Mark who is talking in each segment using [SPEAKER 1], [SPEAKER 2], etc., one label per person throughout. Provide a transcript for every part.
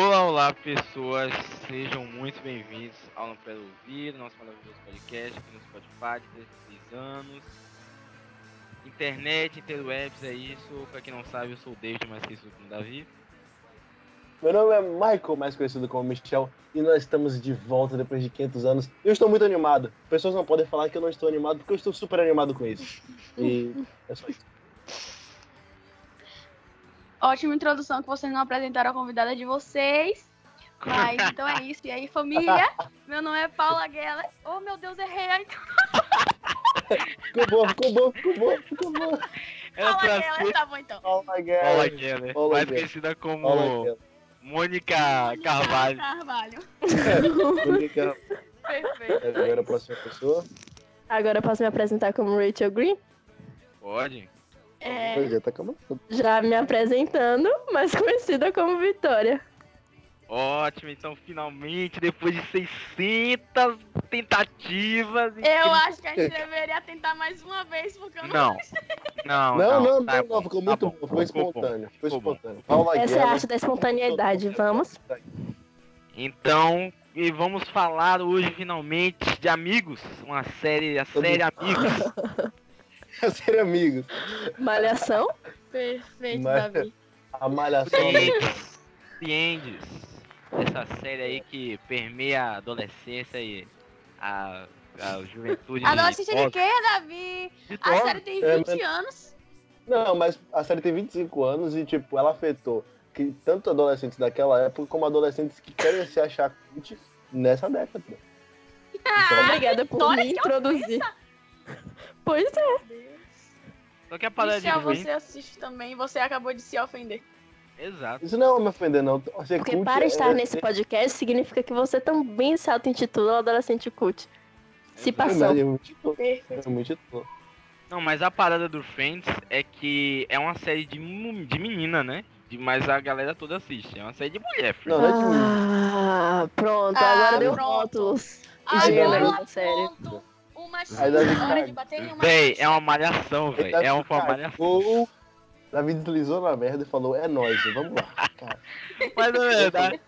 [SPEAKER 1] Olá, pessoas, sejam muito bem-vindos ao Não Pelo Ouvir, nosso maravilhoso podcast aqui no Spotify, de 16 anos. Internet, interwebs, é isso. Pra quem não sabe, eu sou o David, mais conhecido como Davi.
[SPEAKER 2] Meu nome é Michael, mais conhecido como Michel, e nós estamos de volta depois de 500 anos. Eu estou muito animado. Pessoas não podem falar que eu não estou animado, porque eu estou super animado com isso. E é só isso.
[SPEAKER 3] Ótima introdução que vocês não apresentaram a convidada de vocês. Mas então é isso. E aí, família? Meu nome é Paula Guelas. Oh, meu Deus, errei a intro-
[SPEAKER 2] Ficou bom, ficou bom, ficou bom, ficou bom.
[SPEAKER 3] Paula
[SPEAKER 1] sou a
[SPEAKER 3] Guelas, tá bom então.
[SPEAKER 2] Oh my
[SPEAKER 1] Paula
[SPEAKER 2] god.
[SPEAKER 1] Keller,
[SPEAKER 2] Paula
[SPEAKER 1] mais
[SPEAKER 2] Keller.
[SPEAKER 1] conhecida como
[SPEAKER 2] Oh my god.
[SPEAKER 1] Mônica Carvalho.
[SPEAKER 3] Carvalho.
[SPEAKER 2] Mônica,
[SPEAKER 3] Perfeito.
[SPEAKER 2] Agora a próxima pessoa.
[SPEAKER 4] Agora eu posso me apresentar como Rachel Green,
[SPEAKER 1] Pode?
[SPEAKER 3] É,
[SPEAKER 2] Já tá acabando.
[SPEAKER 4] já me apresentando, mas conhecida como Vitória.
[SPEAKER 1] Ótimo, então finalmente, depois de 600 tentativas...
[SPEAKER 3] eu acho que a gente deveria tentar mais uma vez, porque eu
[SPEAKER 1] Não,
[SPEAKER 3] não.
[SPEAKER 1] não,
[SPEAKER 2] Não, não, não,
[SPEAKER 1] tá
[SPEAKER 2] não, ficou
[SPEAKER 1] tá
[SPEAKER 2] muito bom, foi
[SPEAKER 1] ficou
[SPEAKER 2] espontâneo, foi
[SPEAKER 1] ficou bom.
[SPEAKER 2] espontâneo. Paula
[SPEAKER 4] Essa é a
[SPEAKER 2] Guelas.
[SPEAKER 4] arte da espontaneidade, vamos?
[SPEAKER 1] Então, e vamos falar hoje finalmente de Amigos, uma série, a série Amigos.
[SPEAKER 2] Ser amigos.
[SPEAKER 4] Malhação?
[SPEAKER 3] Perfeito,
[SPEAKER 2] Mas-
[SPEAKER 3] Davi.
[SPEAKER 2] A malhação.
[SPEAKER 1] Friends, Friends, essa série aí que permeia a adolescência e a, a juventude. de
[SPEAKER 3] Adolescente de
[SPEAKER 1] todos-
[SPEAKER 3] quê, Davi?
[SPEAKER 1] de
[SPEAKER 3] A
[SPEAKER 1] todos.
[SPEAKER 3] série tem
[SPEAKER 2] É,
[SPEAKER 3] 20
[SPEAKER 2] mas-
[SPEAKER 3] anos.
[SPEAKER 2] Não, mas a série tem 25 anos e, tipo, ela afetou que, tanto adolescentes daquela época como adolescentes que querem se achar cult nessa década. Então,
[SPEAKER 4] Obrigada por
[SPEAKER 3] Vitória,
[SPEAKER 4] me
[SPEAKER 3] que
[SPEAKER 4] introduzir. Pois é,
[SPEAKER 1] Só que a parada de
[SPEAKER 3] Michel,
[SPEAKER 1] Friends...
[SPEAKER 3] você assiste também. Você acabou de se ofender.
[SPEAKER 1] Exato.
[SPEAKER 2] isso não é me ofender, não. Ser
[SPEAKER 4] porque
[SPEAKER 2] cult
[SPEAKER 4] para
[SPEAKER 2] é-
[SPEAKER 4] estar
[SPEAKER 2] é-
[SPEAKER 4] nesse podcast significa que você também se auto-intitula adolescente cult. Se
[SPEAKER 1] Exato.
[SPEAKER 2] Mas
[SPEAKER 4] passou.
[SPEAKER 2] é muito tolo,
[SPEAKER 3] Perfeito.
[SPEAKER 2] é muito tolo.
[SPEAKER 1] Não, mas a parada do Friends é que é uma série de, mu- de menina, né? De, mas a galera toda assiste. É uma série de mulher, Friends.
[SPEAKER 2] Não, não é de mim.
[SPEAKER 4] Ah, pronto,
[SPEAKER 3] Ah,
[SPEAKER 4] agora deu
[SPEAKER 3] pronto.
[SPEAKER 4] rótulos.
[SPEAKER 2] Gênero,
[SPEAKER 3] Agora,
[SPEAKER 4] sério.
[SPEAKER 3] ponto. Uma
[SPEAKER 2] Aí Davi
[SPEAKER 3] hora de
[SPEAKER 2] cai.
[SPEAKER 3] bater em uma.
[SPEAKER 1] Véi, é uma malhação, véi. É uma malhação.
[SPEAKER 2] Ou Davi deslizou na merda e falou, é nóis, vamos lá. Cara,
[SPEAKER 1] Mas é verdade.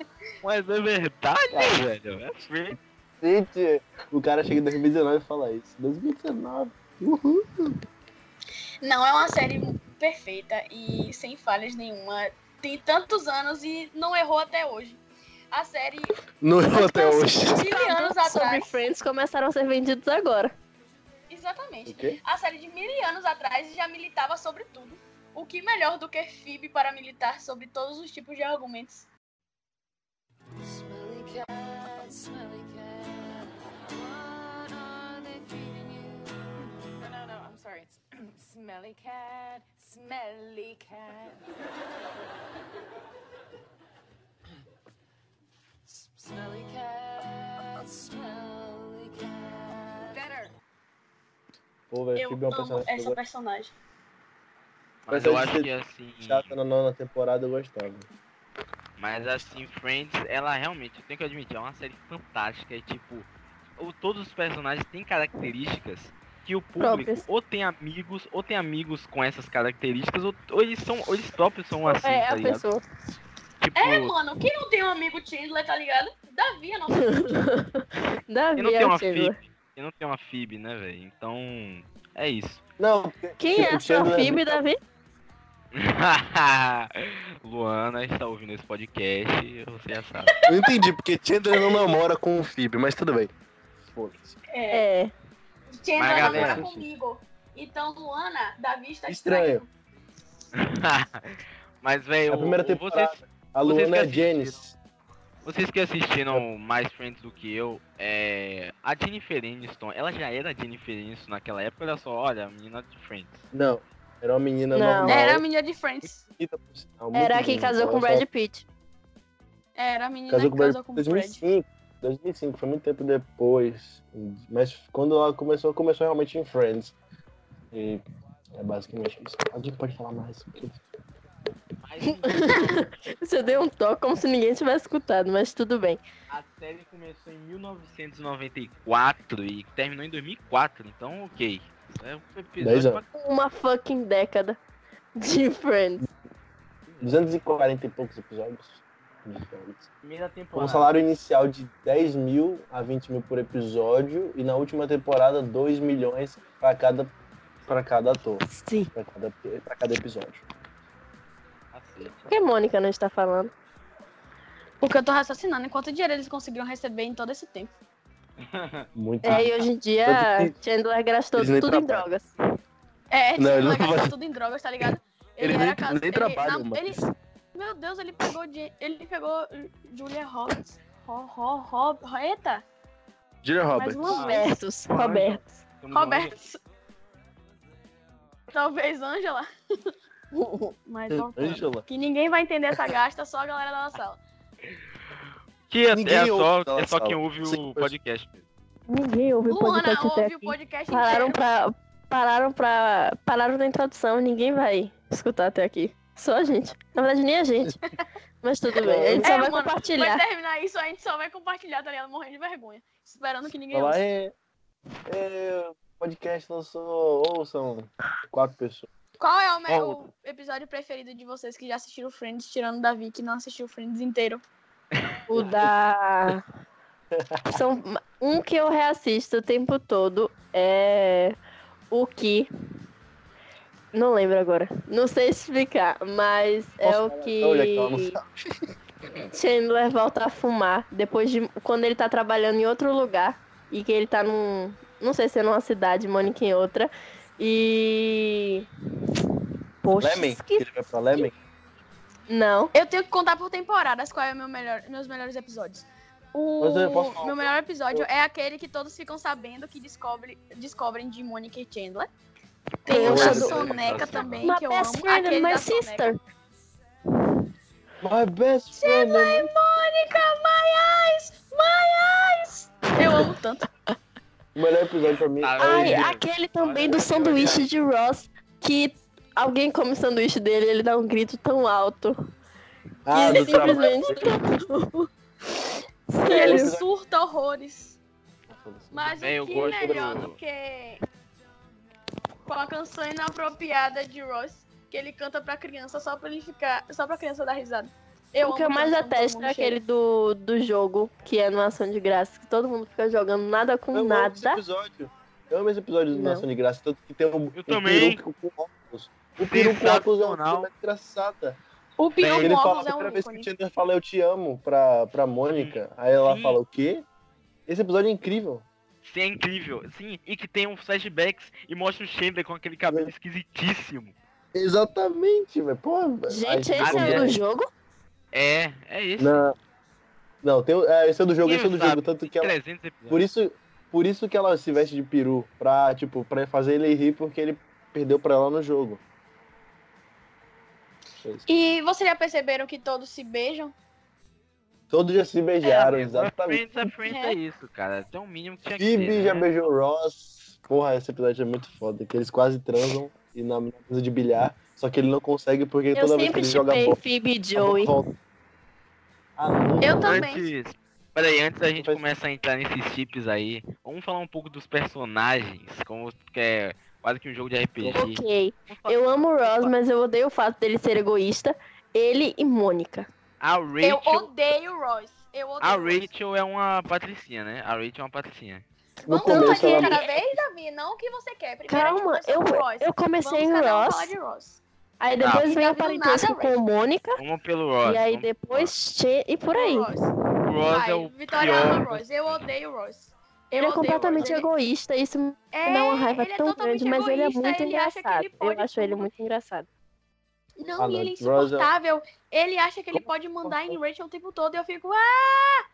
[SPEAKER 1] Mas é verdade, velho. É Friends.
[SPEAKER 2] gente, o cara chega em 2019 e fala isso. 2019, uhul.
[SPEAKER 3] Não, é uma série perfeita e sem falhas nenhuma. Tem tantos anos e não errou até hoje. A série,
[SPEAKER 2] Não errou até hoje.
[SPEAKER 3] de mil anos
[SPEAKER 4] Sobre
[SPEAKER 3] atrás.
[SPEAKER 4] Friends começaram a ser vendidos agora.
[SPEAKER 2] O
[SPEAKER 3] Exatamente.
[SPEAKER 2] quê?
[SPEAKER 3] A série de mil anos atrás já militava sobre tudo. O que melhor do que Phoebe para militar sobre todos os tipos de argumentos?
[SPEAKER 5] Smelly cat, smelly cat, what are they feeding you? No, no, no, I'm sorry. It's smelly cat, smelly cat. S- smelly cat, smelly cat. Better.
[SPEAKER 2] Pô, velho,
[SPEAKER 3] Eu
[SPEAKER 2] Phoebe é uma
[SPEAKER 3] amo
[SPEAKER 2] personagem que eu
[SPEAKER 3] essa personagem.
[SPEAKER 1] Mas
[SPEAKER 2] Mas
[SPEAKER 1] eu
[SPEAKER 2] eu
[SPEAKER 1] acho
[SPEAKER 2] disse-
[SPEAKER 1] que assim.
[SPEAKER 2] chata na nona temporada eu gostava.
[SPEAKER 1] Mas assim, Friends, ela realmente, eu tenho que admitir, é uma série fantástica. E tipo, o- todos os personagens têm características que o público
[SPEAKER 4] Próprias.
[SPEAKER 1] ou tem amigos, ou tem amigos com essas características, ou, ou eles são, ou eles próprios são assim,
[SPEAKER 4] é
[SPEAKER 1] tá
[SPEAKER 4] a
[SPEAKER 1] ligado?
[SPEAKER 4] pessoa.
[SPEAKER 1] Tipo,
[SPEAKER 3] É, mano, quem não tem um amigo Chandler, tá ligado? Davi é nosso.
[SPEAKER 1] eu
[SPEAKER 4] Davi
[SPEAKER 1] não
[SPEAKER 4] é
[SPEAKER 1] tenho
[SPEAKER 4] o
[SPEAKER 1] uma
[SPEAKER 4] Chandler.
[SPEAKER 1] Phoebe, eu não tenho uma Phoebe, né, velho? Então, é isso.
[SPEAKER 2] Não, porque
[SPEAKER 4] Quem é
[SPEAKER 2] o
[SPEAKER 4] a sua
[SPEAKER 2] Chandler é
[SPEAKER 4] Phoebe,
[SPEAKER 2] muito-
[SPEAKER 4] Davi?
[SPEAKER 1] Luana está ouvindo esse podcast, você já sabe.
[SPEAKER 2] Eu entendi, porque Chandler não namora com o Phoebe, mas tudo bem. Foda-se.
[SPEAKER 3] É,
[SPEAKER 4] É.
[SPEAKER 3] Chandler
[SPEAKER 1] Mas,
[SPEAKER 3] namora
[SPEAKER 1] galera-
[SPEAKER 3] comigo. Então, Luana, Davi está
[SPEAKER 2] Estranho.
[SPEAKER 3] estranho.
[SPEAKER 1] Mas, velho,
[SPEAKER 2] É A primeira
[SPEAKER 1] o- o- vocês,
[SPEAKER 2] temporada. A
[SPEAKER 1] vocês
[SPEAKER 2] Luana
[SPEAKER 1] que
[SPEAKER 2] é Janice.
[SPEAKER 1] Vocês que
[SPEAKER 2] É.
[SPEAKER 1] assistiram mais Friends do que eu, é... a Jennifer Aniston, ela já era Jennifer Aniston naquela época, olha só, olha, a menina de Friends.
[SPEAKER 2] Não, era uma menina
[SPEAKER 4] Não.
[SPEAKER 2] normal.
[SPEAKER 3] Era a menina de Friends.
[SPEAKER 2] bonita, por sinal, muito
[SPEAKER 4] Era a que
[SPEAKER 2] bonita.
[SPEAKER 4] casou
[SPEAKER 2] Ela
[SPEAKER 4] com o
[SPEAKER 2] só
[SPEAKER 4] Brad Pitt.
[SPEAKER 3] É, Era a menina
[SPEAKER 2] Casou
[SPEAKER 3] que
[SPEAKER 2] com o Brad
[SPEAKER 3] casou
[SPEAKER 2] Pitt
[SPEAKER 3] com
[SPEAKER 2] em
[SPEAKER 3] o Brad.
[SPEAKER 2] 2005. 2005, foi muito tempo depois. Mas quando ela começou, começou realmente em Friends. E é basicamente isso. Alguém pode falar mais? porque-
[SPEAKER 1] Mas então,
[SPEAKER 4] Você deu um toque como se ninguém tivesse escutado, mas tudo bem.
[SPEAKER 1] a série começou em 1994 e terminou em 2004, então ok. É um
[SPEAKER 2] Dez
[SPEAKER 1] episódio
[SPEAKER 2] anos.
[SPEAKER 1] pra...
[SPEAKER 4] Uma fucking década de Friends.
[SPEAKER 2] 240 e poucos episódios. de filmes.
[SPEAKER 1] Primeira
[SPEAKER 2] Com um
[SPEAKER 1] temporada.
[SPEAKER 2] salário inicial de 10 mil a 20 mil por episódio e na última temporada 2 milhões para cada, pra cada ator,
[SPEAKER 4] Sim.
[SPEAKER 2] para cada, pra cada episódio.
[SPEAKER 1] Aceita.
[SPEAKER 4] Por que Mônica não está falando?
[SPEAKER 3] Porque eu tô raciocinando, enquanto dinheiro eles conseguiram receber em todo esse tempo.
[SPEAKER 2] Muito
[SPEAKER 4] É, e hoje em dia
[SPEAKER 2] Tanto
[SPEAKER 4] Chandler gastou
[SPEAKER 2] eles nem
[SPEAKER 4] tudo em
[SPEAKER 2] trabalham.
[SPEAKER 4] drogas.
[SPEAKER 3] É, tipo,
[SPEAKER 2] Não, ele
[SPEAKER 3] ele
[SPEAKER 2] não
[SPEAKER 3] gastou
[SPEAKER 2] vai-
[SPEAKER 3] tudo em drogas, tá ligado?
[SPEAKER 2] Ele nem-
[SPEAKER 3] cas-
[SPEAKER 2] nem
[SPEAKER 3] ele-
[SPEAKER 2] trabalha,
[SPEAKER 3] não,
[SPEAKER 2] mano.
[SPEAKER 3] ele- Meu Deus, ele pegou dinhe- ele pegou uh, Julia Roberts. Ro, ro, ro, eita,
[SPEAKER 2] Julia Roberts.
[SPEAKER 3] mais uma vez.
[SPEAKER 4] Robertos, Robertos.
[SPEAKER 1] Temos um
[SPEAKER 3] Roberts. Talvez Angela. Mas
[SPEAKER 4] então,
[SPEAKER 3] voltando.
[SPEAKER 2] Angela.
[SPEAKER 3] Que ninguém vai entender essa gasta, só a galera da nossa sala.
[SPEAKER 1] Que é,
[SPEAKER 2] Ninguém
[SPEAKER 1] é
[SPEAKER 2] ouve
[SPEAKER 1] só,
[SPEAKER 2] pela
[SPEAKER 1] é só quem
[SPEAKER 2] sala.
[SPEAKER 1] ouve
[SPEAKER 2] Sim,
[SPEAKER 1] o podcast. mesmo.
[SPEAKER 4] Ninguém ouve o
[SPEAKER 3] Luana
[SPEAKER 4] podcast até
[SPEAKER 3] ouve o
[SPEAKER 4] aqui.
[SPEAKER 3] podcast
[SPEAKER 4] Pararam
[SPEAKER 3] inteiro.
[SPEAKER 4] pra. Pararam pra. Pararam na introdução, ninguém vai escutar até aqui. Só a gente. Na verdade, nem a gente. Mas tudo bem. A gente só
[SPEAKER 3] É,
[SPEAKER 4] vai
[SPEAKER 3] mano,
[SPEAKER 4] compartilhar.
[SPEAKER 3] Vai terminar isso, a gente só vai compartilhar, tá ligado? Morrendo de vergonha. Esperando que ninguém
[SPEAKER 2] Falar,
[SPEAKER 3] ouça.
[SPEAKER 2] é, é, podcast lançou, ouçam, quatro pessoas.
[SPEAKER 3] Qual é o, me-
[SPEAKER 1] Qual
[SPEAKER 3] o episódio preferido de vocês que já assistiram Friends, tirando o Davi, que não assistiu Friends inteiro?
[SPEAKER 4] O da. São... Um que eu reassisto o tempo todo é. O que. Não lembro agora. Não sei explicar, mas é
[SPEAKER 2] Posso
[SPEAKER 4] o
[SPEAKER 2] falar?
[SPEAKER 4] que.
[SPEAKER 2] Olha que ela não sabe.
[SPEAKER 4] Chandler volta a fumar depois de quando ele tá trabalhando em outro lugar e que ele tá num, não sei se é numa cidade, Mônica em outra. E Poxa,
[SPEAKER 2] Lemon, que
[SPEAKER 4] esque-
[SPEAKER 2] ele vai pra Lemon.
[SPEAKER 4] não.
[SPEAKER 3] Eu tenho que contar por temporadas qual é o meu melhor, meus melhores episódios. O
[SPEAKER 2] Mas eu posso falar?
[SPEAKER 3] meu melhor episódio é aquele que todos ficam sabendo que descobre, descobrem de Monica e Chandler. Tem o
[SPEAKER 4] Poxa,
[SPEAKER 3] da
[SPEAKER 4] do-
[SPEAKER 3] Soneca também,
[SPEAKER 4] My
[SPEAKER 3] que eu amo.
[SPEAKER 4] best friend and
[SPEAKER 3] Aquele
[SPEAKER 4] my
[SPEAKER 3] da Soneca.
[SPEAKER 4] sister.
[SPEAKER 2] My best friend.
[SPEAKER 3] Ai, Mônica, my eyes, my eyes. Eu amo tanto.
[SPEAKER 2] O melhor episódio pra mim
[SPEAKER 1] Ai,
[SPEAKER 2] é o
[SPEAKER 4] Ai,
[SPEAKER 2] de-
[SPEAKER 1] Olha,
[SPEAKER 4] aquele também do
[SPEAKER 1] olha,
[SPEAKER 4] sanduíche de Ross que alguém come o sanduíche dele, ele dá um grito tão alto
[SPEAKER 2] Ah,
[SPEAKER 4] que
[SPEAKER 2] do trabalho.
[SPEAKER 4] simplesmente
[SPEAKER 3] E ele
[SPEAKER 4] Sério.
[SPEAKER 3] surta horrores.
[SPEAKER 2] assim.
[SPEAKER 3] Mas
[SPEAKER 1] Bem,
[SPEAKER 3] o
[SPEAKER 1] eu
[SPEAKER 3] que
[SPEAKER 1] gosto
[SPEAKER 3] melhor
[SPEAKER 1] do-
[SPEAKER 3] do que com a canção inapropriada de Ross, que ele canta pra criança só pra ele ficar. Só pra criança dar risada. Eu
[SPEAKER 4] o que eu
[SPEAKER 3] amo
[SPEAKER 4] mais
[SPEAKER 3] canção do
[SPEAKER 4] detesto
[SPEAKER 3] mundo
[SPEAKER 4] é
[SPEAKER 3] cheio.
[SPEAKER 4] aquele do, do jogo, que é numa ação de graça, que todo mundo fica jogando nada com
[SPEAKER 2] Eu amo esse
[SPEAKER 4] nada.
[SPEAKER 2] episódio. Eu amo esse episódio do
[SPEAKER 4] Não.
[SPEAKER 2] Nação de Graça. Tanto que tem um, um
[SPEAKER 1] também.
[SPEAKER 2] peru com óculos. O peru com óculos é um filme engraçada.
[SPEAKER 3] O peru
[SPEAKER 2] Ele
[SPEAKER 3] com
[SPEAKER 2] fala, a
[SPEAKER 3] óculos é
[SPEAKER 2] primeira
[SPEAKER 3] um
[SPEAKER 2] vez que o
[SPEAKER 3] ícone.
[SPEAKER 2] Chandler fala eu te amo pra, pra Mônica, aí ela
[SPEAKER 1] Sim.
[SPEAKER 2] fala o quê? Esse episódio é incrível.
[SPEAKER 1] Sim, é incrível. Sim, e que tem uns flashbacks e mostra o Chandler com aquele cabelo esquisitíssimo.
[SPEAKER 2] Exatamente, velho. Pô, aí-
[SPEAKER 4] Gente, esse
[SPEAKER 1] Ah,
[SPEAKER 4] é o
[SPEAKER 1] é.
[SPEAKER 4] do jogo?
[SPEAKER 1] É, é esse.
[SPEAKER 2] Não, não tem, o- é, esse é do jogo,
[SPEAKER 1] Quem
[SPEAKER 2] esse é do
[SPEAKER 1] sabe?
[SPEAKER 2] jogo. Tanto que ela,
[SPEAKER 1] 300 episódios.
[SPEAKER 2] Por isso, por isso que ela se veste de peru, pra, tipo, pra fazer ele rir, porque ele perdeu pra ela no jogo. É
[SPEAKER 3] E vocês já perceberam que todos se beijam?
[SPEAKER 2] Todos já se beijaram,
[SPEAKER 1] É,
[SPEAKER 2] exatamente.
[SPEAKER 1] Friends é Friends é isso, cara. Tem um mínimo que tinha que
[SPEAKER 2] Phoebe
[SPEAKER 1] ter,
[SPEAKER 2] já
[SPEAKER 1] né?
[SPEAKER 2] beijou o Ross. Porra, esse episódio é muito foda, que eles quase transam e na na mesa de bilhar, só que ele não consegue porque
[SPEAKER 4] Eu
[SPEAKER 2] toda vez que
[SPEAKER 4] sempre
[SPEAKER 2] ele joga
[SPEAKER 4] chipei
[SPEAKER 2] bola,
[SPEAKER 4] Phoebe e
[SPEAKER 2] a bola
[SPEAKER 4] Joey.
[SPEAKER 2] volta. Ah, não.
[SPEAKER 3] Eu também.
[SPEAKER 1] Antes, peraí, antes da gente
[SPEAKER 2] Faz-
[SPEAKER 1] começar a entrar nesses chips aí, vamos falar um pouco dos personagens, como que é quase que um jogo de RPG.
[SPEAKER 4] Ok.
[SPEAKER 1] Vamos falar-
[SPEAKER 4] Eu amo o Ross, mas eu odeio o fato dele ser egoísta. Ele e Mônica.
[SPEAKER 1] A
[SPEAKER 3] Eu
[SPEAKER 1] Rachel,
[SPEAKER 3] odeio o Royce. Eu odeio
[SPEAKER 1] a
[SPEAKER 3] o Royce.
[SPEAKER 1] Rachel é uma patricinha, né? A Rachel é uma patricinha.
[SPEAKER 2] No
[SPEAKER 3] Vamos falar
[SPEAKER 2] começo
[SPEAKER 3] de
[SPEAKER 2] ela...
[SPEAKER 3] cada vez, Davi, não o que você quer. Primeiro a gente
[SPEAKER 4] Calma,
[SPEAKER 3] começou
[SPEAKER 4] eu,
[SPEAKER 3] com o Royce.
[SPEAKER 4] eu comecei
[SPEAKER 3] Vamos
[SPEAKER 4] em
[SPEAKER 3] cada um
[SPEAKER 4] Ross,
[SPEAKER 3] falar de Ross.
[SPEAKER 1] Ah.
[SPEAKER 4] aí depois
[SPEAKER 3] Tá.
[SPEAKER 4] veio o
[SPEAKER 3] Não viu
[SPEAKER 4] parentesco
[SPEAKER 3] nada,
[SPEAKER 4] com Mônica,
[SPEAKER 1] Vamos pelo Ross.
[SPEAKER 4] e aí
[SPEAKER 1] vamos pelo
[SPEAKER 4] depois Che- e por aí.
[SPEAKER 3] O Ross.
[SPEAKER 1] Ross. O Ross
[SPEAKER 3] Vai,
[SPEAKER 1] é o
[SPEAKER 3] Vitória
[SPEAKER 1] pior.
[SPEAKER 3] ama Royce. Eu odeio o Royce. Eu
[SPEAKER 4] Ele
[SPEAKER 3] odeio
[SPEAKER 4] é
[SPEAKER 3] o
[SPEAKER 4] completamente
[SPEAKER 3] Royce.
[SPEAKER 4] egoísta, isso me
[SPEAKER 3] É,
[SPEAKER 4] dá uma raiva
[SPEAKER 3] ele é
[SPEAKER 4] tão
[SPEAKER 3] totalmente
[SPEAKER 4] grande, mas ele é
[SPEAKER 3] egoísta,
[SPEAKER 4] muito
[SPEAKER 3] ele acha que
[SPEAKER 4] engraçado.
[SPEAKER 3] ele pode
[SPEAKER 4] Eu acho ele
[SPEAKER 3] tudo.
[SPEAKER 4] muito engraçado.
[SPEAKER 3] Não,
[SPEAKER 2] Ah,
[SPEAKER 3] e
[SPEAKER 2] não,
[SPEAKER 3] ele
[SPEAKER 2] Ross
[SPEAKER 3] é
[SPEAKER 2] é-
[SPEAKER 3] insuportável. Ele acha que ele
[SPEAKER 2] Como-
[SPEAKER 3] pode mandar em Rachel o tempo todo e eu fico, ah,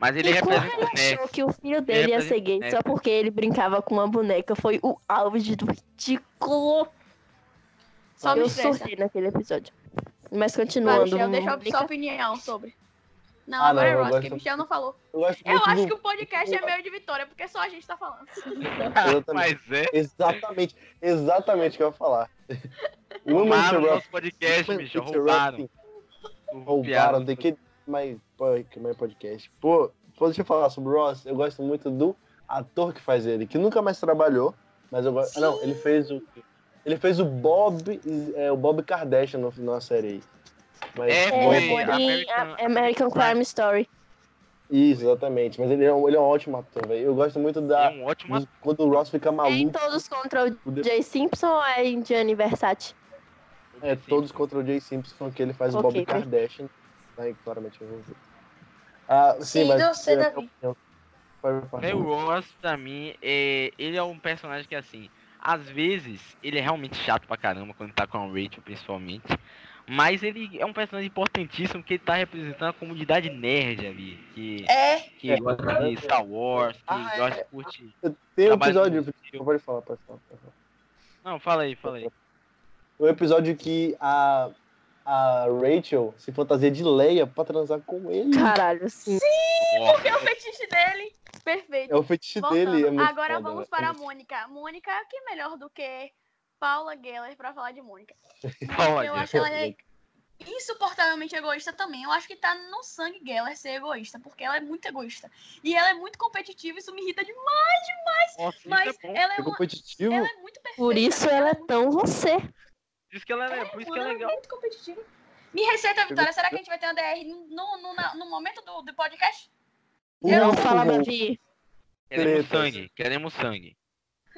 [SPEAKER 1] Mas ele
[SPEAKER 4] E quando
[SPEAKER 1] representa
[SPEAKER 3] é
[SPEAKER 4] ele
[SPEAKER 1] o
[SPEAKER 4] achou
[SPEAKER 1] Ness.
[SPEAKER 4] que o filho dele ia ser
[SPEAKER 1] representa
[SPEAKER 4] gay
[SPEAKER 1] boneca.
[SPEAKER 4] só porque ele brincava com uma boneca foi o auge do ridículo.
[SPEAKER 3] só me
[SPEAKER 4] eu
[SPEAKER 3] estressa.
[SPEAKER 4] surtei naquele episódio. Mas
[SPEAKER 3] Vai,
[SPEAKER 4] continuando.
[SPEAKER 3] Michel, deixa a
[SPEAKER 4] Mônica-
[SPEAKER 3] sua opinião sobre. Não,
[SPEAKER 2] Ah,
[SPEAKER 3] agora
[SPEAKER 2] não, eu
[SPEAKER 3] é Ross, que
[SPEAKER 2] gosto-
[SPEAKER 3] Michel não falou.
[SPEAKER 2] Eu um- gosto
[SPEAKER 3] Eu
[SPEAKER 2] muito
[SPEAKER 3] acho
[SPEAKER 2] do-
[SPEAKER 3] que o podcast é meio de Vitória, porque só a gente tá falando.
[SPEAKER 2] Exatamente.
[SPEAKER 1] Mas é.
[SPEAKER 2] Exatamente, exatamente o que eu ia falar.
[SPEAKER 1] Roubaram o
[SPEAKER 2] Interrupt-
[SPEAKER 1] nosso podcast,
[SPEAKER 2] Woman
[SPEAKER 1] bicho.
[SPEAKER 2] Interrupting.
[SPEAKER 1] Roubaram.
[SPEAKER 2] Roubaram The Kid My, Pod- My Podcast. Pô, pô, deixa eu falar sobre o Ross. Eu gosto muito do ator que faz ele, que nunca mais trabalhou, mas eu gosto. Não, ele fez o. Ele fez o Bob. é, o Bob Kardashian no, na série aí. Mas
[SPEAKER 1] É,
[SPEAKER 4] É,
[SPEAKER 1] foi.
[SPEAKER 4] foi em
[SPEAKER 1] American-
[SPEAKER 4] A- American Crime Story.
[SPEAKER 2] Isso, exatamente. Mas ele é um, ele é um ótimo ator, velho. Eu gosto muito
[SPEAKER 1] É
[SPEAKER 2] da.
[SPEAKER 1] um ótimo
[SPEAKER 2] do- quando o Ross fica
[SPEAKER 4] É em
[SPEAKER 2] maluco.
[SPEAKER 4] todos contra o
[SPEAKER 2] de-
[SPEAKER 4] Jay Simpson ou é em Gianni Versace?
[SPEAKER 1] ator,
[SPEAKER 2] É,
[SPEAKER 1] assim.
[SPEAKER 2] todos contra o Jay Simpson, que ele faz o
[SPEAKER 4] Ok,
[SPEAKER 2] Bob Kardashian. Aí, claramente, eu vou ver. Ah, sim,
[SPEAKER 3] Sim,
[SPEAKER 2] mas.
[SPEAKER 3] eu sei, Davi.
[SPEAKER 2] eu- eu- eu-
[SPEAKER 1] Né, O Ross, pra mim, é... ele é um personagem que, assim, às vezes ele é realmente chato pra caramba quando tá com a Rachel, principalmente. Mas ele é um personagem importantíssimo porque ele tá representando a comunidade nerd ali. Que,
[SPEAKER 3] É,
[SPEAKER 1] que
[SPEAKER 2] É.
[SPEAKER 1] gosta de Star Wars, que
[SPEAKER 2] Ah, é.
[SPEAKER 1] gosta de curtir.
[SPEAKER 2] Tem um
[SPEAKER 1] trabalho
[SPEAKER 2] episódio.
[SPEAKER 1] infantil.
[SPEAKER 2] Pode falar, pode falar. Pode falar.
[SPEAKER 1] Não, fala aí, fala aí.
[SPEAKER 2] O episódio que a, a Rachel se fantasia de Leia pra transar com ele.
[SPEAKER 4] Caralho, sim.
[SPEAKER 1] Ó,
[SPEAKER 3] porque o fetiche dele. Perfeito.
[SPEAKER 2] É o fetiche
[SPEAKER 3] Voltando.
[SPEAKER 2] dele. É muito
[SPEAKER 3] Agora
[SPEAKER 2] foda,
[SPEAKER 3] vamos
[SPEAKER 2] né?
[SPEAKER 3] para a Mônica. Mônica, que melhor do que Paula Geller pra falar de Mônica?
[SPEAKER 1] Paula
[SPEAKER 3] eu
[SPEAKER 1] Geller.
[SPEAKER 3] acho ela é insuportavelmente egoísta também. Eu acho que tá no sangue Geller ser egoísta, porque ela é muito egoísta. E ela é muito competitiva, isso me irrita demais.
[SPEAKER 1] nossa, isso
[SPEAKER 3] Mas
[SPEAKER 1] é bom.
[SPEAKER 3] ela, é
[SPEAKER 2] É
[SPEAKER 3] uma,
[SPEAKER 2] competitivo.
[SPEAKER 3] ela é muito perfeita.
[SPEAKER 4] Por isso ela é tão você.
[SPEAKER 1] Por isso que ela é, por isso que é
[SPEAKER 3] Ela é
[SPEAKER 1] legal.
[SPEAKER 3] muito competitiva. Me receita, Vitória. Será que a gente vai ter uma DR no, no, na- no momento do, do podcast?
[SPEAKER 2] Por
[SPEAKER 4] não
[SPEAKER 2] favor.
[SPEAKER 4] fala, Davi,
[SPEAKER 1] Queremos
[SPEAKER 2] Tretas.
[SPEAKER 1] sangue, queremos sangue.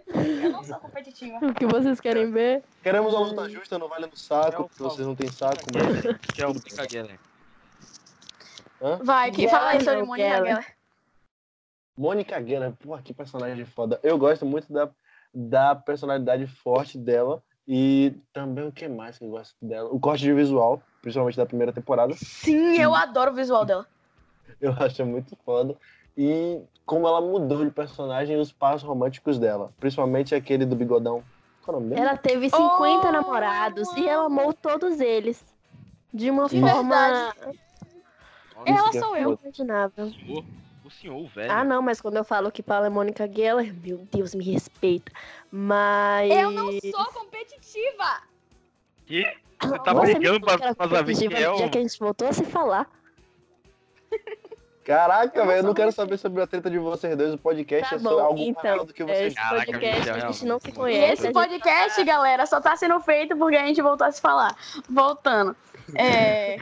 [SPEAKER 3] Eu não sou competitiva.
[SPEAKER 4] o que vocês querem ver?
[SPEAKER 2] Queremos uma luta justa, não vale no
[SPEAKER 1] É o
[SPEAKER 2] saco, porque
[SPEAKER 1] Paulo.
[SPEAKER 2] vocês não têm saco, mas.
[SPEAKER 1] Que é o Mônica Geller.
[SPEAKER 3] Vai, quem
[SPEAKER 4] Geller,
[SPEAKER 3] fala aí sobre
[SPEAKER 4] não,
[SPEAKER 3] Mônica
[SPEAKER 4] Geller.
[SPEAKER 3] Geller?
[SPEAKER 2] Mônica Geller, porra, que personagem foda. Eu gosto muito da, da personalidade forte dela. E também o que mais que eu gosto dela? O corte de visual, principalmente da primeira temporada.
[SPEAKER 3] Sim, eu adoro o visual dela.
[SPEAKER 2] Eu acho muito foda. E como ela mudou de personagem e os passos românticos dela. Principalmente aquele do bigodão. Qual é o nome dele?
[SPEAKER 4] Ela teve 50
[SPEAKER 3] Oh,
[SPEAKER 4] namorados e ela amou todos eles. De uma
[SPEAKER 2] De
[SPEAKER 4] forma
[SPEAKER 1] Nossa,
[SPEAKER 3] Ela
[SPEAKER 2] que é
[SPEAKER 3] sou
[SPEAKER 2] foda.
[SPEAKER 3] eu.
[SPEAKER 1] o
[SPEAKER 4] inimaginável.
[SPEAKER 1] senhor, o senhor, o
[SPEAKER 2] É.
[SPEAKER 1] velho.
[SPEAKER 4] Ah, não, mas quando eu falo que Paula é Mônica Geller, meu Deus, me respeita. Mas.
[SPEAKER 3] Eu não sou competitiva.
[SPEAKER 1] Que? Você tá
[SPEAKER 4] Nossa, me
[SPEAKER 1] brigando
[SPEAKER 4] falou que
[SPEAKER 1] pra-
[SPEAKER 4] era
[SPEAKER 1] pra saber
[SPEAKER 4] competitiva
[SPEAKER 1] quem é
[SPEAKER 4] no dia
[SPEAKER 1] o-
[SPEAKER 4] que a gente voltou a se falar.
[SPEAKER 2] Caraca,
[SPEAKER 4] Eu
[SPEAKER 2] velho, eu
[SPEAKER 4] sou
[SPEAKER 2] não quero
[SPEAKER 4] muito-
[SPEAKER 2] saber sobre a treta de vocês dois. O podcast
[SPEAKER 4] Tá
[SPEAKER 2] é sobre
[SPEAKER 4] bom,
[SPEAKER 2] algo
[SPEAKER 4] então,
[SPEAKER 2] maior do que
[SPEAKER 4] é
[SPEAKER 2] vocês.
[SPEAKER 4] isso.
[SPEAKER 1] Caraca, Michel,
[SPEAKER 4] podcast, a gente
[SPEAKER 1] realmente.
[SPEAKER 4] não se
[SPEAKER 3] E
[SPEAKER 4] conhece.
[SPEAKER 3] esse
[SPEAKER 4] gente-
[SPEAKER 3] podcast, galera, só tá sendo feito porque a gente voltou a se falar. Voltando. É,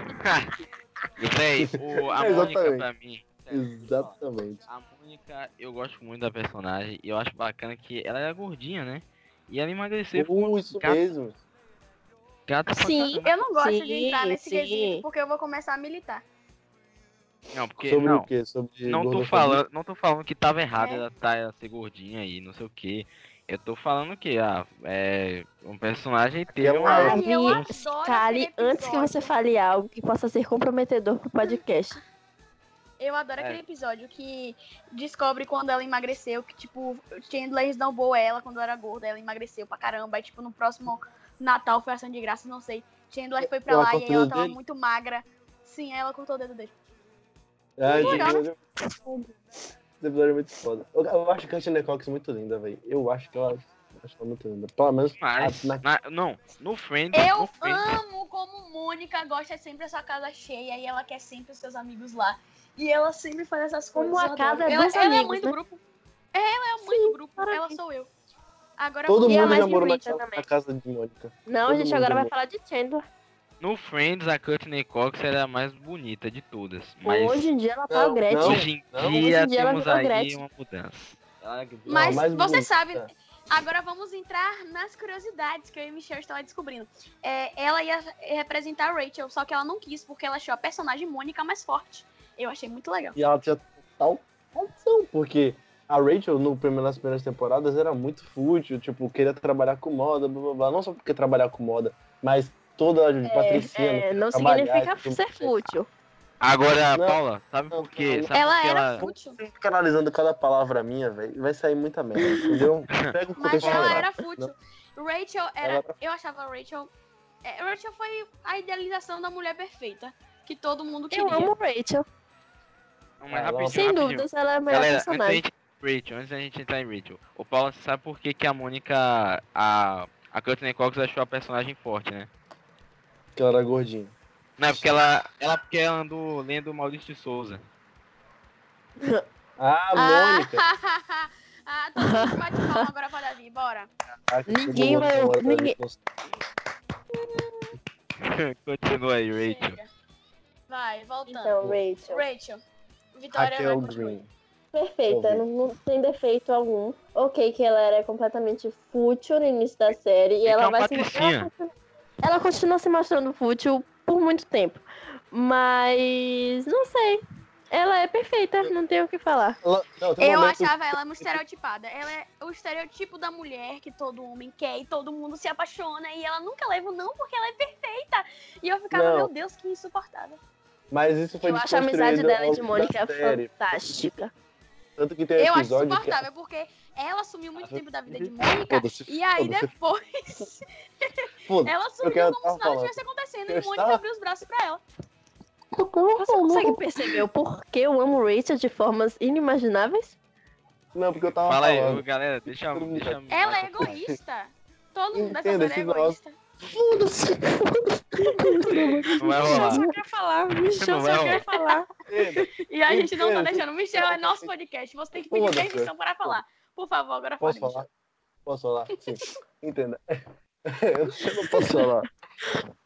[SPEAKER 1] Véi, o- a
[SPEAKER 2] É,
[SPEAKER 1] Mônica
[SPEAKER 2] exatamente.
[SPEAKER 1] pra mim.
[SPEAKER 2] Exatamente.
[SPEAKER 1] A Mônica, eu gosto muito da personagem e eu acho bacana que ela era gordinha, né? E ela emagreceu.
[SPEAKER 2] Uh, isso
[SPEAKER 1] Gata-
[SPEAKER 2] mesmo.
[SPEAKER 1] Gata pra
[SPEAKER 4] Sim,
[SPEAKER 1] caramba.
[SPEAKER 3] eu não gosto de
[SPEAKER 4] Sim,
[SPEAKER 3] entrar nesse
[SPEAKER 4] sim.
[SPEAKER 3] quesito porque eu vou começar a militar.
[SPEAKER 1] Não, porque
[SPEAKER 2] Sobre
[SPEAKER 1] não.
[SPEAKER 2] o tá quê? Sobre
[SPEAKER 1] Não tô
[SPEAKER 2] gordofobia?
[SPEAKER 1] falando, não tô falando que tava errado
[SPEAKER 3] É.
[SPEAKER 1] ela, tá, ela ser gordinha e não sei o que. Eu tô falando que ah, é, um personagem teve
[SPEAKER 2] Aquela-
[SPEAKER 1] uma.
[SPEAKER 3] Ai,
[SPEAKER 4] Davi,
[SPEAKER 3] eu adoro
[SPEAKER 4] cale
[SPEAKER 3] aquele
[SPEAKER 4] antes que
[SPEAKER 3] é episódio.
[SPEAKER 4] você fale algo que possa ser comprometedor pro podcast.
[SPEAKER 3] Eu adoro
[SPEAKER 1] É.
[SPEAKER 3] aquele episódio que descobre quando ela emagreceu, que tipo, Chandler esnobou ela quando ela era gorda, ela emagreceu pra caramba. Aí, tipo, no próximo Natal foi ação de graça, não sei. Chandler foi pra
[SPEAKER 2] Ela
[SPEAKER 3] lá e
[SPEAKER 2] cortou
[SPEAKER 3] aí ela
[SPEAKER 2] o
[SPEAKER 3] tava
[SPEAKER 2] dele?
[SPEAKER 3] muito magra. Sim, aí ela cortou o dedo dele.
[SPEAKER 2] Ah, esse
[SPEAKER 3] Legal.
[SPEAKER 2] episódio é muito foda. Esse episódio é muito foda. Eu, eu acho que a Chandler Cox muito linda, velho. Eu acho que ela, eu acho ela muito linda. Pelo menos
[SPEAKER 1] Mas,
[SPEAKER 2] a- na-
[SPEAKER 1] na- não, no Friends.
[SPEAKER 3] Eu
[SPEAKER 1] no Friends,
[SPEAKER 3] amo como Mônica gosta sempre da sua casa cheia e ela quer sempre os seus amigos lá. E ela sempre faz essas
[SPEAKER 4] Como
[SPEAKER 3] coisas.
[SPEAKER 4] a
[SPEAKER 3] eu
[SPEAKER 4] casa
[SPEAKER 3] adoro.
[SPEAKER 4] é
[SPEAKER 3] ela,
[SPEAKER 4] dos
[SPEAKER 3] ela é
[SPEAKER 4] amigos,
[SPEAKER 3] muito
[SPEAKER 4] né?
[SPEAKER 3] grupo. Ela é muito grupo. Ela
[SPEAKER 4] maravilha.
[SPEAKER 3] sou eu. Agora
[SPEAKER 2] todo
[SPEAKER 4] E é a
[SPEAKER 2] mundo
[SPEAKER 4] mais
[SPEAKER 2] já morou na
[SPEAKER 4] bonita
[SPEAKER 2] casa,
[SPEAKER 4] também.
[SPEAKER 2] na casa de Mônica.
[SPEAKER 4] Não, a
[SPEAKER 2] Todo
[SPEAKER 4] gente
[SPEAKER 2] mundo
[SPEAKER 4] agora vai
[SPEAKER 2] amou.
[SPEAKER 4] falar de Chandler.
[SPEAKER 1] no Friends, a Courtney Cox era a mais bonita de todas. Mas
[SPEAKER 4] Hoje em dia ela tá
[SPEAKER 2] Não,
[SPEAKER 4] o Gretchen.
[SPEAKER 2] não.
[SPEAKER 1] hoje em
[SPEAKER 2] não.
[SPEAKER 1] dia
[SPEAKER 4] Hoje em dia ela
[SPEAKER 1] temos
[SPEAKER 4] virou
[SPEAKER 1] aí
[SPEAKER 4] Gretchen.
[SPEAKER 1] uma mudança.
[SPEAKER 2] é
[SPEAKER 3] Mas
[SPEAKER 2] mais
[SPEAKER 3] você
[SPEAKER 2] bonita.
[SPEAKER 3] sabe, agora vamos entrar nas curiosidades que eu e Michel estava descobrindo. É, ela ia representar a Rachel, só que ela não quis, porque ela achou a personagem Mônica mais forte. Eu achei muito legal.
[SPEAKER 2] E ela tinha total razão, porque a Rachel, no primeiro, nas primeiras temporadas, era muito fútil, tipo, queria trabalhar com moda, blá blá blá. Não só porque trabalhar com moda, mas toda a Patricinha. né?
[SPEAKER 4] É, não
[SPEAKER 2] trabalhar,
[SPEAKER 4] significa
[SPEAKER 2] tipo,
[SPEAKER 4] ser fútil.
[SPEAKER 1] Agora,
[SPEAKER 2] Não,
[SPEAKER 1] Paula, sabe
[SPEAKER 2] não,
[SPEAKER 1] por quê?
[SPEAKER 2] não.
[SPEAKER 1] Sabe
[SPEAKER 3] ela
[SPEAKER 1] por que
[SPEAKER 3] era
[SPEAKER 1] Tá, ela...
[SPEAKER 3] fútil,
[SPEAKER 2] Eu fico analisando cada palavra minha, velho, vai sair muita merda, entendeu? Pega o
[SPEAKER 3] mas
[SPEAKER 2] contexto
[SPEAKER 3] ela
[SPEAKER 2] geral.
[SPEAKER 3] era fútil. Rachel era.
[SPEAKER 2] Ela era-
[SPEAKER 3] Eu achava a Rachel. é, Rachel foi a idealização da mulher perfeita. Que todo mundo queria.
[SPEAKER 4] Eu amo Rachel.
[SPEAKER 1] Não, mas
[SPEAKER 2] Ela-
[SPEAKER 1] rapidinho,
[SPEAKER 4] Sem
[SPEAKER 1] rapidinho.
[SPEAKER 4] dúvidas, ela é a melhor
[SPEAKER 1] Galera, antes da
[SPEAKER 4] personagem.
[SPEAKER 1] gente Rachel, antes da gente entrar em Rachel, o Paulo você sabe por que, que a Mônica, a, a Courtney Cox achou a personagem forte, né?
[SPEAKER 2] Que ela era gordinha.
[SPEAKER 1] Não, é porque ela, ela porque ela andou lendo Maurício de Souza.
[SPEAKER 2] Ah,
[SPEAKER 3] Ah,
[SPEAKER 2] Mônica!
[SPEAKER 3] ah, todo mundo bate palma agora pra Davi, bora.
[SPEAKER 2] Ah, que
[SPEAKER 4] Ninguém
[SPEAKER 2] todo mundo
[SPEAKER 4] vai-
[SPEAKER 2] namora,
[SPEAKER 4] ninguém-
[SPEAKER 2] mas-
[SPEAKER 1] Continua aí, Rachel.
[SPEAKER 3] Chega. Vai, voltando.
[SPEAKER 4] Então, Rachel.
[SPEAKER 3] Rachel. Vitória
[SPEAKER 2] Raquel
[SPEAKER 3] vai construir.
[SPEAKER 2] Green.
[SPEAKER 4] Perfeita, não, não tem defeito algum. Ok, que ela era completamente fútil no início da série e
[SPEAKER 1] que é
[SPEAKER 4] ela
[SPEAKER 1] uma
[SPEAKER 4] vai se
[SPEAKER 1] patricinha.
[SPEAKER 4] ela continua- Ela continua se mostrando fútil por muito tempo. Mas não sei. Ela é perfeita, não tenho o que falar.
[SPEAKER 2] Ela- não, tem um
[SPEAKER 3] Eu
[SPEAKER 2] momento-
[SPEAKER 3] achava ela muito estereotipada. Ela é o estereotipo da mulher que todo homem quer e todo mundo se apaixona e ela nunca leva o não porque ela é perfeita. E eu ficava,
[SPEAKER 2] Não.
[SPEAKER 3] meu Deus, que insuportável.
[SPEAKER 2] Mas isso foi
[SPEAKER 4] Eu acho a amizade
[SPEAKER 2] desconstruído
[SPEAKER 4] dela e
[SPEAKER 2] ao
[SPEAKER 4] de
[SPEAKER 2] longo da
[SPEAKER 4] Mônica
[SPEAKER 2] série.
[SPEAKER 4] fantástica.
[SPEAKER 2] Tanto que tem um
[SPEAKER 3] Eu acho
[SPEAKER 2] episódio que
[SPEAKER 3] insuportável porque ela sumiu muito
[SPEAKER 2] Ah,
[SPEAKER 3] tempo da vida de
[SPEAKER 2] eu-
[SPEAKER 3] Mônica
[SPEAKER 2] Foda-se,
[SPEAKER 3] e aí
[SPEAKER 2] foda-se.
[SPEAKER 3] depois
[SPEAKER 2] Foda-se.
[SPEAKER 3] ela sumiu
[SPEAKER 2] quero-
[SPEAKER 3] como se nada
[SPEAKER 2] tava falando.
[SPEAKER 3] estivesse acontecendo
[SPEAKER 2] Eu
[SPEAKER 3] e Mônica
[SPEAKER 2] estava-
[SPEAKER 3] abriu os braços pra ela.
[SPEAKER 4] Você consegue perceber o porquê eu amo Rachel de formas inimagináveis?
[SPEAKER 2] Não, porque eu tava
[SPEAKER 1] Fala aí,
[SPEAKER 2] falando.
[SPEAKER 1] ô, galera, deixa,
[SPEAKER 2] Todo mundo
[SPEAKER 1] deixa
[SPEAKER 3] Ela é egoísta. Todo mundo dessa
[SPEAKER 2] Entenda,
[SPEAKER 3] série é
[SPEAKER 2] esse negócio-
[SPEAKER 3] egoísta.
[SPEAKER 4] Foda-se.
[SPEAKER 1] Não vai
[SPEAKER 4] Michel
[SPEAKER 1] rolar.
[SPEAKER 4] só quer falar. Michel
[SPEAKER 1] Não vai
[SPEAKER 4] só quer falar.
[SPEAKER 2] Tipo,
[SPEAKER 3] E a gente não tá
[SPEAKER 2] Entenda,
[SPEAKER 3] deixando. Michel, é nosso podcast. Você tem que pedir
[SPEAKER 2] Foda-se.
[SPEAKER 3] permissão para falar. Por favor, agora fala.
[SPEAKER 2] Posso falar? Posso falar? Sim. Entenda. Eu não posso falar.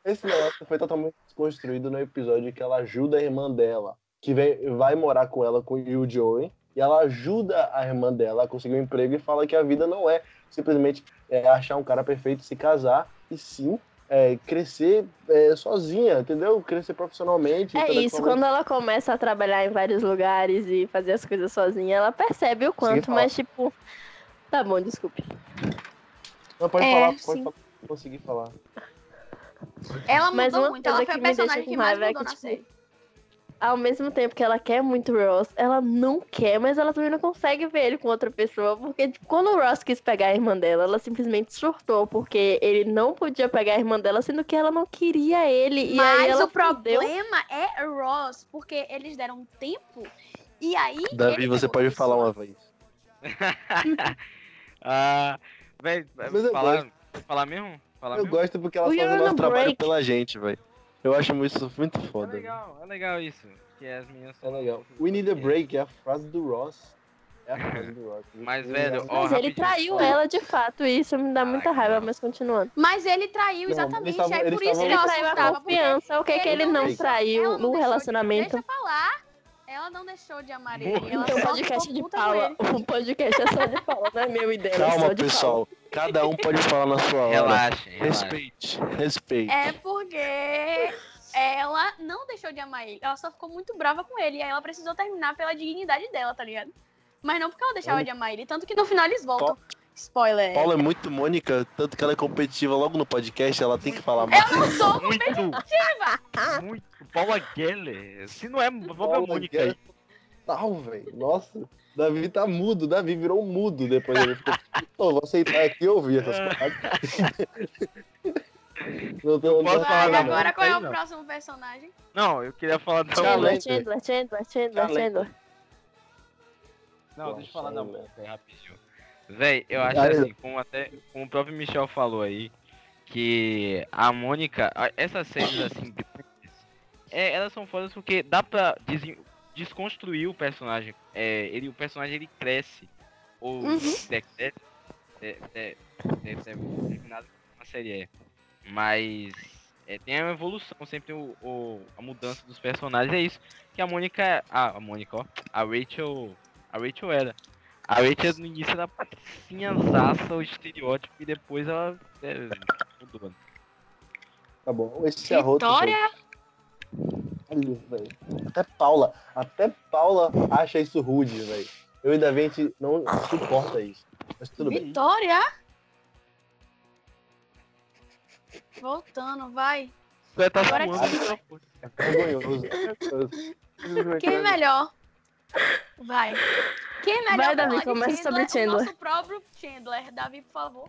[SPEAKER 2] Esse negócio foi totalmente desconstruído no episódio que ela ajuda a irmã dela, que vem, vai morar com ela com e o Joey, e ela ajuda a irmã dela a conseguir um emprego e fala que a vida não é simplesmente é, achar um cara perfeito, se casar, e sim é, crescer é, sozinha, entendeu? Crescer profissionalmente.
[SPEAKER 4] É isso,
[SPEAKER 2] intelectualmente.
[SPEAKER 4] quando ela começa a trabalhar em vários lugares e fazer as coisas sozinha, ela percebe o quanto,
[SPEAKER 2] falar.
[SPEAKER 4] mas tipo. Tá bom, desculpe.
[SPEAKER 2] Não, pode
[SPEAKER 3] É,
[SPEAKER 2] falar, pode
[SPEAKER 3] sim.
[SPEAKER 2] falar. Consegui falar.
[SPEAKER 3] Ela
[SPEAKER 4] Mas
[SPEAKER 3] mudou
[SPEAKER 4] uma
[SPEAKER 3] muito, ela
[SPEAKER 4] coisa
[SPEAKER 3] foi a
[SPEAKER 4] que me deixa
[SPEAKER 3] personagem
[SPEAKER 4] com
[SPEAKER 3] que mais
[SPEAKER 4] raiva é
[SPEAKER 3] mudou
[SPEAKER 4] que,
[SPEAKER 3] na
[SPEAKER 4] tipo,
[SPEAKER 3] série.
[SPEAKER 4] Ao mesmo tempo que ela quer muito o Ross, ela não quer, mas ela também não consegue ver ele com outra pessoa. Porque tipo, quando o Ross quis pegar a irmã dela, ela simplesmente surtou, porque ele não podia pegar a irmã dela, sendo que ela não queria ele. E aí
[SPEAKER 3] Mas
[SPEAKER 4] ela
[SPEAKER 3] o
[SPEAKER 4] fudeu.
[SPEAKER 3] problema é Ross, porque eles deram tempo e aí.
[SPEAKER 2] Davi,
[SPEAKER 3] ele
[SPEAKER 2] você
[SPEAKER 3] pegou
[SPEAKER 2] pode
[SPEAKER 3] isso.
[SPEAKER 2] falar uma vez.
[SPEAKER 1] Ah, velho,
[SPEAKER 2] Mas eu
[SPEAKER 1] falar, falar mesmo? Falar
[SPEAKER 2] Eu
[SPEAKER 1] mesmo?
[SPEAKER 2] gosto porque ela
[SPEAKER 4] We
[SPEAKER 2] faz
[SPEAKER 4] are
[SPEAKER 2] o
[SPEAKER 4] on
[SPEAKER 2] nosso
[SPEAKER 4] a
[SPEAKER 2] trabalho
[SPEAKER 4] break.
[SPEAKER 2] pela gente, velho. Eu acho isso muito
[SPEAKER 1] É
[SPEAKER 2] foda. velho.
[SPEAKER 1] legal, é legal isso. Que as minhas
[SPEAKER 2] É legal. We need a break é a frase do Ross. É a frase do Ross. é
[SPEAKER 1] Mas,
[SPEAKER 2] We
[SPEAKER 1] velho,
[SPEAKER 2] need a-
[SPEAKER 1] ó,
[SPEAKER 4] Mas ele
[SPEAKER 1] rapidinho,
[SPEAKER 4] traiu
[SPEAKER 1] só.
[SPEAKER 4] ela de fato, e isso me dá muita
[SPEAKER 1] Caraca,
[SPEAKER 4] raiva,
[SPEAKER 1] mano.
[SPEAKER 4] mas continuando.
[SPEAKER 3] Mas ele traiu
[SPEAKER 2] Não, eles
[SPEAKER 3] exatamente,
[SPEAKER 2] estavam-
[SPEAKER 3] aí
[SPEAKER 2] eles
[SPEAKER 3] por isso
[SPEAKER 2] estavam-
[SPEAKER 3] que
[SPEAKER 4] Ele
[SPEAKER 3] ela
[SPEAKER 4] traiu a
[SPEAKER 3] surtava. porque
[SPEAKER 4] confiança, o que é que
[SPEAKER 3] ele
[SPEAKER 4] ele
[SPEAKER 3] não
[SPEAKER 4] não
[SPEAKER 2] deixou-
[SPEAKER 3] ela não
[SPEAKER 4] traiu no
[SPEAKER 3] deixou de- Deixa
[SPEAKER 4] relacionamento?
[SPEAKER 3] eu falar. Ela não deixou de amar ele. Ela
[SPEAKER 4] Então, o
[SPEAKER 3] só
[SPEAKER 4] podcast
[SPEAKER 3] ficou
[SPEAKER 4] de
[SPEAKER 3] puta com
[SPEAKER 4] Paula.
[SPEAKER 3] ele.
[SPEAKER 4] O podcast é só de Paula, não é meu e dela. é só
[SPEAKER 2] Calma,
[SPEAKER 4] de
[SPEAKER 2] pessoal. Cada um pode falar na sua hora.
[SPEAKER 1] Relaxem, relaxem.
[SPEAKER 2] Respeite, respeite.
[SPEAKER 3] É porque ela não deixou de amar ele. Ela só ficou muito brava com ele. E aí ela precisou terminar pela dignidade dela, tá ligado? Mas não porque ela deixava
[SPEAKER 2] Olha.
[SPEAKER 3] de amar ele. Tanto que no final eles voltam. Spoiler.
[SPEAKER 2] Paula é muito Mônica, tanto que ela é competitiva logo no podcast, ela tem que falar mais.
[SPEAKER 3] Eu sou
[SPEAKER 1] Muito, muito. Paula Geller. Se não é Boba
[SPEAKER 2] Paula
[SPEAKER 1] Mônica
[SPEAKER 2] Guerra
[SPEAKER 1] aí.
[SPEAKER 2] total, velho. Nossa, Davi tá mudo, Davi virou mudo depois ele ficou. Pô, vou aceitar aqui e ouvir essas
[SPEAKER 1] É.
[SPEAKER 2] paradas. Não tô- não
[SPEAKER 1] posso
[SPEAKER 2] tô-
[SPEAKER 1] falar
[SPEAKER 3] Vai,
[SPEAKER 1] da
[SPEAKER 3] agora
[SPEAKER 1] Mônica
[SPEAKER 3] qual é
[SPEAKER 1] aí,
[SPEAKER 3] o
[SPEAKER 1] não.
[SPEAKER 3] próximo personagem?
[SPEAKER 1] Não, eu queria falar da
[SPEAKER 2] Tchau,
[SPEAKER 1] Mônica.
[SPEAKER 4] Chandler,
[SPEAKER 2] Chandler,
[SPEAKER 4] Chandler, Chandler, Chandler,
[SPEAKER 2] Chandler.
[SPEAKER 4] Chandler.
[SPEAKER 1] Não, deixa eu falar da
[SPEAKER 2] Chandler.
[SPEAKER 1] Mônica aí rapidinho. Véi, eu acho
[SPEAKER 2] Cara,
[SPEAKER 1] assim, como até como o próprio Michel falou aí, que a Mônica, a- essas séries assim, grandes, é, elas são fodas porque dá pra desen- desconstruir o personagem. É, ele, o personagem ele cresce. Ou é,
[SPEAKER 4] Uhum.
[SPEAKER 1] deve ser é, determinado como a série é. Mas é, tem a evolução, sempre tem o, o- a mudança dos personagens. É isso que a Mônica. Ah, a Mônica, ó. A Rachel. A Rachel era. A Rachel no início era patricinha zaça, o estereótipo, e depois ela. É, mudou, mano.
[SPEAKER 2] Tá bom, esse é roto.
[SPEAKER 3] Vitória?
[SPEAKER 2] Caralho, velho. Até Paula, até Paula acha isso rude, velho. Eu ainda bem que não suporta isso. Mas tudo bem.
[SPEAKER 3] Vitória? Voltando, vai.
[SPEAKER 1] Ela tá
[SPEAKER 3] Agora
[SPEAKER 1] zoando,
[SPEAKER 3] que-
[SPEAKER 1] né? Pô,
[SPEAKER 2] É vergonhoso. é vergonhoso.
[SPEAKER 3] Quem melhor? Vai. Quem melhor
[SPEAKER 4] Vai,
[SPEAKER 3] pra
[SPEAKER 4] Davi,
[SPEAKER 3] falar de
[SPEAKER 4] começa sobre
[SPEAKER 3] O
[SPEAKER 4] Chandler.
[SPEAKER 3] nosso próprio Chandler. Davi, por favor.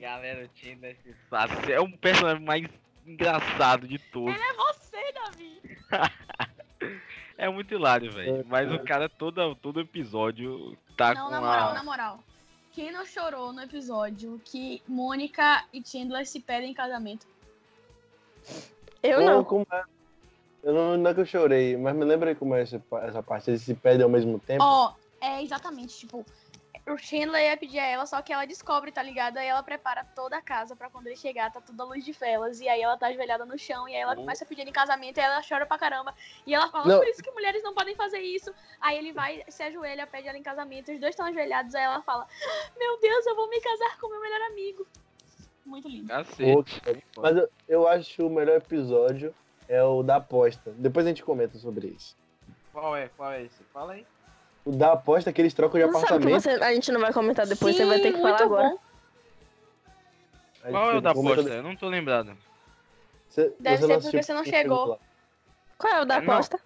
[SPEAKER 1] Galera, o Tinder é sensacional. é um personagem mais engraçado de todos.
[SPEAKER 3] É você, Davi.
[SPEAKER 1] É muito hilário, velho. Mas
[SPEAKER 2] é.
[SPEAKER 1] o cara, todo, todo episódio, tá
[SPEAKER 3] Não,
[SPEAKER 1] com
[SPEAKER 3] na moral, na
[SPEAKER 1] a.
[SPEAKER 3] moral. Quem não chorou no episódio que Mônica e Chandler se pedem em casamento?
[SPEAKER 4] Eu
[SPEAKER 2] Pô,
[SPEAKER 4] não.
[SPEAKER 2] como é? Eu não, não é que eu é
[SPEAKER 3] Oh.
[SPEAKER 2] chorei, mas me lembra aí como é essa, pa- essa parte. Eles se perdem ao mesmo tempo.
[SPEAKER 3] Ó, é exatamente, tipo, o Chandler ia pedir a ela, só que ela descobre, tá ligado? Aí ela prepara toda a casa pra quando ele chegar, tá toda luz de velas. E aí ela tá ajoelhada no chão, e aí ela
[SPEAKER 2] Uhum.
[SPEAKER 3] começa a pedir ele em casamento, e aí ela chora pra caramba. E ela fala,
[SPEAKER 2] Não.
[SPEAKER 3] por isso que mulheres não podem fazer isso. Aí ele vai, se ajoelha, pede ela em casamento, os dois estão ajoelhados, aí ela fala, meu Deus, eu vou me casar com meu melhor amigo. Muito lindo.
[SPEAKER 1] Cacete.
[SPEAKER 2] Mas eu, eu acho o melhor episódio é o da aposta. Depois a gente comenta sobre isso.
[SPEAKER 6] Qual é? Qual é esse? Fala aí.
[SPEAKER 2] O da aposta é que eles trocam de
[SPEAKER 4] Não sabe que
[SPEAKER 2] apartamento.
[SPEAKER 4] você, a gente não vai comentar depois,
[SPEAKER 3] Sim,
[SPEAKER 4] você vai ter que falar
[SPEAKER 3] muito
[SPEAKER 4] agora.
[SPEAKER 3] bom.
[SPEAKER 2] A gente
[SPEAKER 1] Qual é o da
[SPEAKER 2] comenta-
[SPEAKER 1] aposta? Eu não tô lembrado.
[SPEAKER 2] Você,
[SPEAKER 3] Deve
[SPEAKER 2] você
[SPEAKER 3] ser
[SPEAKER 2] não
[SPEAKER 3] porque
[SPEAKER 2] assistiu
[SPEAKER 3] você não
[SPEAKER 2] o filme
[SPEAKER 3] chegou.
[SPEAKER 2] lá.
[SPEAKER 4] Qual é o da
[SPEAKER 1] Não.
[SPEAKER 4] aposta?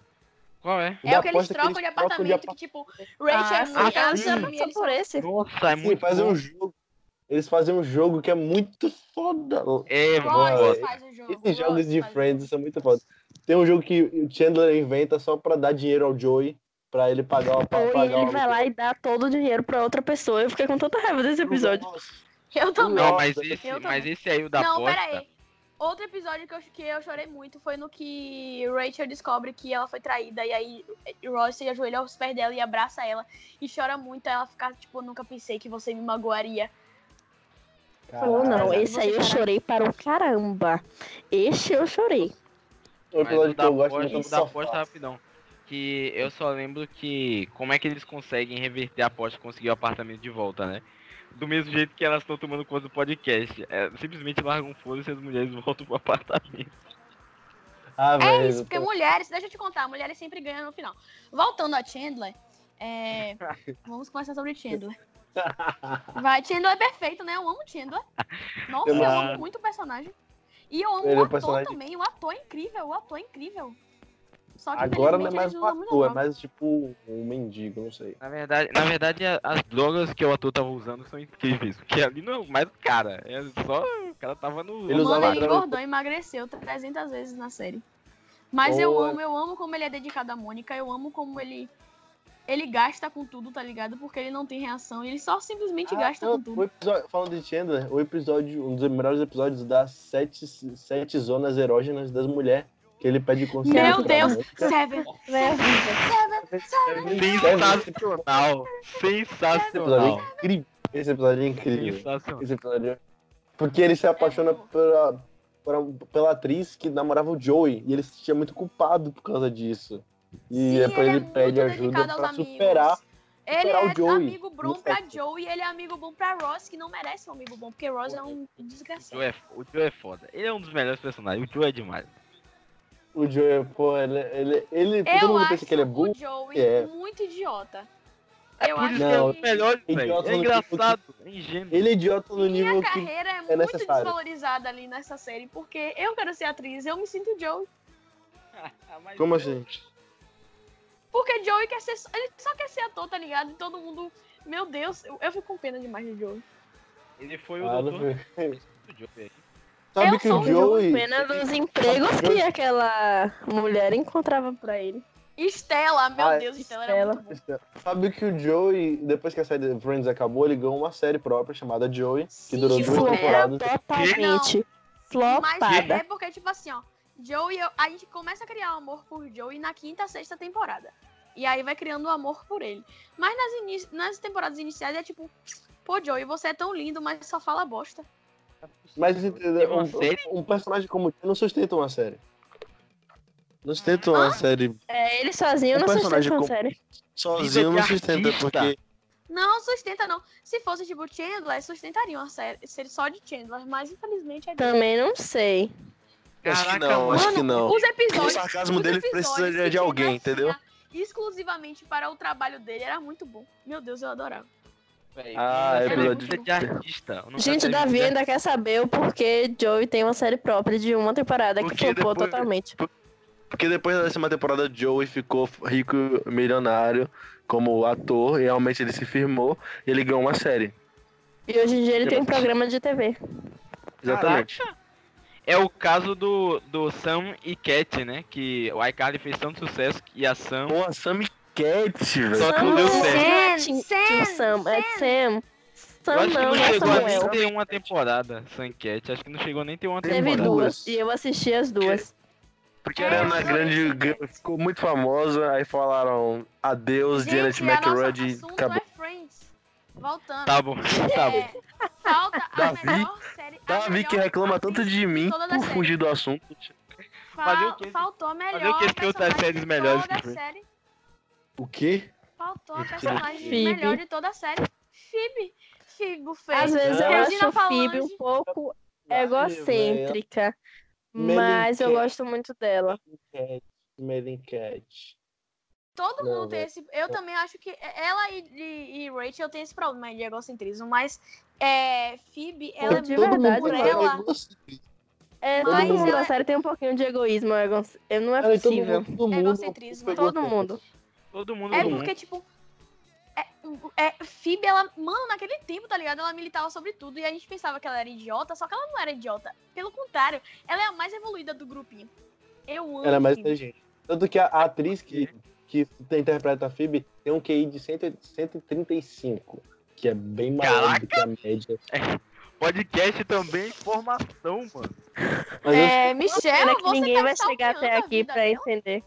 [SPEAKER 1] Qual é?
[SPEAKER 2] da
[SPEAKER 3] É o que eles
[SPEAKER 2] aposta
[SPEAKER 3] trocam de
[SPEAKER 2] trocam de
[SPEAKER 3] apartamento, que tipo, Rachel é
[SPEAKER 4] sim,
[SPEAKER 3] muito
[SPEAKER 4] ela já
[SPEAKER 1] sim.
[SPEAKER 3] calma e
[SPEAKER 4] passou
[SPEAKER 3] eles
[SPEAKER 4] por esse.
[SPEAKER 1] Nossa, é
[SPEAKER 2] Sim,
[SPEAKER 1] muito
[SPEAKER 2] fazem
[SPEAKER 1] bom.
[SPEAKER 2] um jogo. Eles fazem um jogo que é muito foda.
[SPEAKER 1] É,
[SPEAKER 2] Ross,
[SPEAKER 1] mano.
[SPEAKER 2] Ross.
[SPEAKER 3] faz o jogo.
[SPEAKER 2] Esses jogos
[SPEAKER 3] Ross
[SPEAKER 2] de
[SPEAKER 3] faz o
[SPEAKER 2] Friends são muito foda. Tem um jogo que o Chandler inventa só pra dar dinheiro ao Joey, pra ele pagar uma pra
[SPEAKER 4] Ou
[SPEAKER 2] pagar
[SPEAKER 4] É, ele
[SPEAKER 2] uma-
[SPEAKER 4] vai lá e dá todo o dinheiro pra outra pessoa. Eu fiquei com tanta raiva desse episódio.
[SPEAKER 3] Eu também.
[SPEAKER 1] Não, mas
[SPEAKER 2] Nossa,
[SPEAKER 1] esse,
[SPEAKER 3] eu
[SPEAKER 1] mas esse aí, o da
[SPEAKER 3] Não,
[SPEAKER 1] aposta.
[SPEAKER 3] pera aí. Outro episódio que eu, que eu chorei muito foi no que Rachel descobre que ela foi traída. E aí Ross se ajoelha aos pés dela e abraça ela. E chora muito. aí Ela fica tipo, nunca pensei que você me magoaria.
[SPEAKER 2] Caralho.
[SPEAKER 4] Ou não,
[SPEAKER 3] Caralho.
[SPEAKER 4] esse aí eu chorei para o caramba. Este eu chorei.
[SPEAKER 2] Um
[SPEAKER 1] Mas o
[SPEAKER 2] episódio que
[SPEAKER 1] da
[SPEAKER 2] eu gosto
[SPEAKER 1] aposta-
[SPEAKER 2] muito é
[SPEAKER 1] o da aposta
[SPEAKER 2] Sofá.
[SPEAKER 1] rapidão. Que eu só lembro que como é que eles conseguem reverter a aposta e conseguir o apartamento de volta, né? Do mesmo jeito que elas estão tomando conta do podcast. É, simplesmente largam foda e as mulheres voltam pro apartamento.
[SPEAKER 2] Ah, velho.
[SPEAKER 3] É isso, porque
[SPEAKER 2] eu tô-
[SPEAKER 3] mulheres, deixa eu te contar, mulheres sempre ganham no final. Voltando a Chandler, é, vamos conversar sobre Chandler. Vai, Chandler é perfeito, né? Eu amo Chandler. Nossa, eu
[SPEAKER 2] Ah.
[SPEAKER 3] amo muito o personagem. E eu amo
[SPEAKER 2] Ele é
[SPEAKER 3] o
[SPEAKER 2] um
[SPEAKER 3] ator
[SPEAKER 2] personagem-
[SPEAKER 3] também, o ator é incrível, o ator é incrível. Só que
[SPEAKER 2] Agora não é
[SPEAKER 3] infelizmente,
[SPEAKER 2] mais
[SPEAKER 3] eles
[SPEAKER 2] um
[SPEAKER 3] usam muito
[SPEAKER 2] ator, é
[SPEAKER 3] droga.
[SPEAKER 2] mais tipo um mendigo, não sei.
[SPEAKER 1] Na verdade, na verdade a- as drogas que o ator tava usando são incríveis. Porque ali não é mais o cara. É só. O cara tava no.
[SPEAKER 2] Ele
[SPEAKER 3] Mano,
[SPEAKER 2] usava
[SPEAKER 3] ele
[SPEAKER 2] droga.
[SPEAKER 3] engordou, emagreceu 300 vezes na série. Mas eu
[SPEAKER 2] Boa.
[SPEAKER 3] amo, eu amo como ele é dedicado à Mônica, eu amo como ele ele gasta com tudo, tá ligado? Porque ele não tem reação, ele só simplesmente
[SPEAKER 2] Ah,
[SPEAKER 3] gasta
[SPEAKER 2] não,
[SPEAKER 3] com tudo.
[SPEAKER 2] o episódio- falando de Chandler, o episódio, um dos melhores episódios das sete, sete zonas erógenas das mulheres. Que ele pede conselho.
[SPEAKER 3] Meu
[SPEAKER 2] pra
[SPEAKER 3] Deus,
[SPEAKER 2] Mônica.
[SPEAKER 3] Seven,
[SPEAKER 1] Sensacional! Sensacional!
[SPEAKER 2] é Esse episódio é incrível.
[SPEAKER 1] Sensacional!
[SPEAKER 2] esse episódio. Porque ele se apaixona
[SPEAKER 3] É bom.
[SPEAKER 2] pela, pela, pela atriz que namorava o Joey. E ele se sentia muito culpado por causa disso. E
[SPEAKER 3] Sim,
[SPEAKER 2] é pra
[SPEAKER 3] ele
[SPEAKER 2] ele,
[SPEAKER 3] é
[SPEAKER 2] pede
[SPEAKER 3] muito
[SPEAKER 2] ajuda
[SPEAKER 3] dedicado aos
[SPEAKER 2] pra
[SPEAKER 3] amigos.
[SPEAKER 2] superar.
[SPEAKER 3] ele
[SPEAKER 2] superar o
[SPEAKER 3] é
[SPEAKER 2] Joey
[SPEAKER 3] amigo bom
[SPEAKER 2] no
[SPEAKER 3] pra
[SPEAKER 2] sexo.
[SPEAKER 3] Joey, ele é amigo bom pra Ross, que não merece um amigo bom, porque Ross é um
[SPEAKER 1] O Joe
[SPEAKER 3] desgraçado.
[SPEAKER 1] é, o Joe é foda. Ele é um dos melhores personagens. O Joe é demais.
[SPEAKER 2] O Joey, pô, ele. ele, ele todo
[SPEAKER 3] Eu
[SPEAKER 2] mundo
[SPEAKER 3] acho
[SPEAKER 2] pensa que ele é
[SPEAKER 3] o
[SPEAKER 2] burro.
[SPEAKER 3] Joey
[SPEAKER 2] é.
[SPEAKER 3] muito idiota.
[SPEAKER 1] É
[SPEAKER 3] Eu
[SPEAKER 1] por
[SPEAKER 3] acho
[SPEAKER 1] isso que é
[SPEAKER 2] Não,
[SPEAKER 1] o melhor, velho.
[SPEAKER 2] idiota
[SPEAKER 1] É
[SPEAKER 2] no
[SPEAKER 1] engraçado, é ingênuo.
[SPEAKER 2] Ele é idiota no nível
[SPEAKER 3] Minha
[SPEAKER 2] que.
[SPEAKER 3] carreira é, muito
[SPEAKER 2] necessário.
[SPEAKER 3] desvalorizada ali nessa série, porque eu quero ser atriz, eu me sinto Joey.
[SPEAKER 1] Ah,
[SPEAKER 2] Como assim?
[SPEAKER 3] Porque Joey quer ser. só- Ele só quer ser ator, tá ligado? E todo mundo. Meu Deus, eu, eu fico com pena demais de Joey.
[SPEAKER 1] Ele foi o
[SPEAKER 2] Ah, não
[SPEAKER 1] doutor
[SPEAKER 2] foi.
[SPEAKER 1] do Joe, velho.
[SPEAKER 2] Sabe
[SPEAKER 3] Eu
[SPEAKER 2] que
[SPEAKER 3] sou
[SPEAKER 2] o
[SPEAKER 3] um
[SPEAKER 2] Joey.
[SPEAKER 4] Pena dos empregos que aquela mulher encontrava pra ele.
[SPEAKER 3] Estela, meu
[SPEAKER 2] Ah,
[SPEAKER 3] Deus, Estela,
[SPEAKER 4] Estela.
[SPEAKER 3] Então era muito boa.
[SPEAKER 2] Sabe que o Joey, depois que a série Friends acabou, ele ganhou uma série própria chamada Joey, que
[SPEAKER 3] Sim,
[SPEAKER 2] durou
[SPEAKER 3] que
[SPEAKER 2] duas
[SPEAKER 3] foi-
[SPEAKER 2] temporadas.
[SPEAKER 4] totalmente
[SPEAKER 3] Mas
[SPEAKER 4] flopada.
[SPEAKER 3] é porque, tipo assim, ó, Joey, eu- a gente começa a criar um amor por Joey na quinta, sexta temporada. E aí vai criando um amor por ele. Mas nas, ini- nas temporadas iniciais é tipo, pô, Joey, você é tão lindo, mas só fala bosta.
[SPEAKER 1] tá
[SPEAKER 2] Mas entendeu?
[SPEAKER 1] É uma
[SPEAKER 2] Um,
[SPEAKER 1] série?
[SPEAKER 2] um personagem como o Tio não sustenta uma série. Não sustenta
[SPEAKER 1] Ah!
[SPEAKER 2] uma série.
[SPEAKER 4] É, ele tá sozinho
[SPEAKER 2] Um
[SPEAKER 4] não
[SPEAKER 2] personagem
[SPEAKER 4] sustenta a
[SPEAKER 2] com-
[SPEAKER 4] série.
[SPEAKER 2] Sozinho
[SPEAKER 1] de
[SPEAKER 2] não sustenta,
[SPEAKER 1] artista.
[SPEAKER 2] porque.
[SPEAKER 3] Não, sustenta não. Se fosse tipo Chandler, sustentaria uma série, série só de Chandler, mas infelizmente é
[SPEAKER 4] Também não sei.
[SPEAKER 2] Acho que
[SPEAKER 1] Caraca,
[SPEAKER 2] não, acho
[SPEAKER 1] mano.
[SPEAKER 2] que não.
[SPEAKER 3] Os episódios.
[SPEAKER 2] O sarcasmo
[SPEAKER 3] os
[SPEAKER 2] dele
[SPEAKER 3] episódios
[SPEAKER 2] precisa de-
[SPEAKER 3] que
[SPEAKER 2] de alguém,
[SPEAKER 3] ele
[SPEAKER 2] entendeu?
[SPEAKER 3] tinha Exclusivamente para o trabalho dele, era muito bom. Meu Deus, eu adorava.
[SPEAKER 1] velho.
[SPEAKER 2] Ah,
[SPEAKER 1] Nunca
[SPEAKER 2] é
[SPEAKER 1] teve
[SPEAKER 2] verdade.
[SPEAKER 1] vida de artista. Nunca
[SPEAKER 4] Gente, o
[SPEAKER 1] teve
[SPEAKER 4] Davi
[SPEAKER 1] vida-
[SPEAKER 4] ainda quer saber o porquê Joey tem uma série própria de uma temporada que
[SPEAKER 2] Porque
[SPEAKER 4] flopou
[SPEAKER 2] depois-
[SPEAKER 4] totalmente.
[SPEAKER 2] Porque depois da décima temporada, Joey ficou rico, milionário, como ator, e realmente ele se firmou, e ele ganhou uma série.
[SPEAKER 4] E hoje em dia ele tem um programa de TV.
[SPEAKER 2] Exatamente.
[SPEAKER 1] É o caso do, do Sam e Cat, né? Que o iCarly fez tanto sucesso que a Sam.
[SPEAKER 2] Com a Sammy Cat,
[SPEAKER 1] Só que não deu
[SPEAKER 4] Sam,
[SPEAKER 1] certo.
[SPEAKER 4] não é
[SPEAKER 3] Sam,
[SPEAKER 4] Tim-
[SPEAKER 3] Sam,
[SPEAKER 4] Tim Sam, é Sam.
[SPEAKER 1] eu
[SPEAKER 4] Sam
[SPEAKER 1] acho que
[SPEAKER 4] não,
[SPEAKER 1] não
[SPEAKER 4] não é
[SPEAKER 1] chegou a
[SPEAKER 4] Samuel.
[SPEAKER 1] nem ter uma temporada, Sam e Cat. Acho que não chegou a nem ter uma
[SPEAKER 4] Teve
[SPEAKER 1] temporada.
[SPEAKER 4] duas.
[SPEAKER 2] duas.
[SPEAKER 4] E eu assisti as duas.
[SPEAKER 2] Porque
[SPEAKER 3] É,
[SPEAKER 2] ela era
[SPEAKER 3] eu
[SPEAKER 2] na
[SPEAKER 3] adorei
[SPEAKER 2] grande,
[SPEAKER 3] essa
[SPEAKER 2] gra- ficou muito famosa, aí falaram adeus, Janet
[SPEAKER 3] a
[SPEAKER 1] é,
[SPEAKER 3] nossa-
[SPEAKER 2] McRuddy,
[SPEAKER 3] assunto
[SPEAKER 2] acabou.
[SPEAKER 3] é Friends. Voltando.
[SPEAKER 1] Tá bom, tá bom.
[SPEAKER 3] É, falta a
[SPEAKER 2] Davi-
[SPEAKER 3] melhor série. a
[SPEAKER 2] Davi que
[SPEAKER 3] melhor
[SPEAKER 2] reclama tanto
[SPEAKER 3] atriz
[SPEAKER 2] de mim
[SPEAKER 3] todas as
[SPEAKER 2] por
[SPEAKER 3] séries.
[SPEAKER 2] fugir do assunto.
[SPEAKER 3] Fal-
[SPEAKER 1] Fazer o quê?
[SPEAKER 3] Faltou a melhor.
[SPEAKER 1] o quê? Tem outras
[SPEAKER 3] personagem
[SPEAKER 1] séries
[SPEAKER 3] de
[SPEAKER 1] melhores
[SPEAKER 3] toda
[SPEAKER 1] que
[SPEAKER 3] a
[SPEAKER 1] foi.
[SPEAKER 3] série.
[SPEAKER 2] O quê?
[SPEAKER 3] Faltou a
[SPEAKER 2] Mentira.
[SPEAKER 3] personagem
[SPEAKER 4] Phoebe.
[SPEAKER 3] melhor de toda a série. Phoebe. Figo feio.
[SPEAKER 4] Às vezes eu
[SPEAKER 2] Regina
[SPEAKER 4] acho Phoebe um
[SPEAKER 3] Falange.
[SPEAKER 4] pouco
[SPEAKER 2] Vai, né?
[SPEAKER 4] egocêntrica,
[SPEAKER 2] Melinda.
[SPEAKER 4] mas
[SPEAKER 2] é.
[SPEAKER 4] eu gosto muito dela.
[SPEAKER 2] velho. Melincat.
[SPEAKER 3] Todo
[SPEAKER 2] Não,
[SPEAKER 3] mundo tem
[SPEAKER 2] velho.
[SPEAKER 3] esse. Eu também acho que ela e, e, e Rachel tem esse problema de egocentrismo, mas é, Phoebe, ela é
[SPEAKER 4] de
[SPEAKER 3] muito
[SPEAKER 4] verdade,
[SPEAKER 3] por
[SPEAKER 4] não.
[SPEAKER 3] ela.
[SPEAKER 4] É,
[SPEAKER 3] Mas
[SPEAKER 4] todo mundo
[SPEAKER 3] ela-
[SPEAKER 4] da série tem um pouquinho de egoísmo, é ego- é, não é
[SPEAKER 2] Cara, todo
[SPEAKER 4] possível.
[SPEAKER 2] mundo, todo mundo,
[SPEAKER 3] Egocentrismo.
[SPEAKER 4] Todo mundo.
[SPEAKER 1] Todo mundo
[SPEAKER 3] É
[SPEAKER 1] do
[SPEAKER 2] Uhum.
[SPEAKER 1] mundo.
[SPEAKER 3] porque, tipo. É, é, Phoebe, ela. Mano, naquele tempo, tá ligado? Ela militava sobre tudo e a gente pensava que ela era idiota, só que ela não era idiota. Pelo contrário, ela é a mais evoluída do grupinho. Eu amo.
[SPEAKER 2] Ela é mais
[SPEAKER 3] Phoebe.
[SPEAKER 2] inteligente. Tanto que a, a atriz que, que interpreta a Phoebe tem um QI de 100 135, que é bem maior do que a média.
[SPEAKER 1] Podcast também é informação, mano.
[SPEAKER 2] Mas eu-
[SPEAKER 4] É,
[SPEAKER 3] Pena
[SPEAKER 4] Michelle,
[SPEAKER 3] que
[SPEAKER 4] que ninguém
[SPEAKER 3] tá
[SPEAKER 4] vai chegar
[SPEAKER 3] stalkeando
[SPEAKER 4] até
[SPEAKER 3] a
[SPEAKER 4] aqui
[SPEAKER 3] vida
[SPEAKER 4] pra
[SPEAKER 3] dela.
[SPEAKER 4] entender.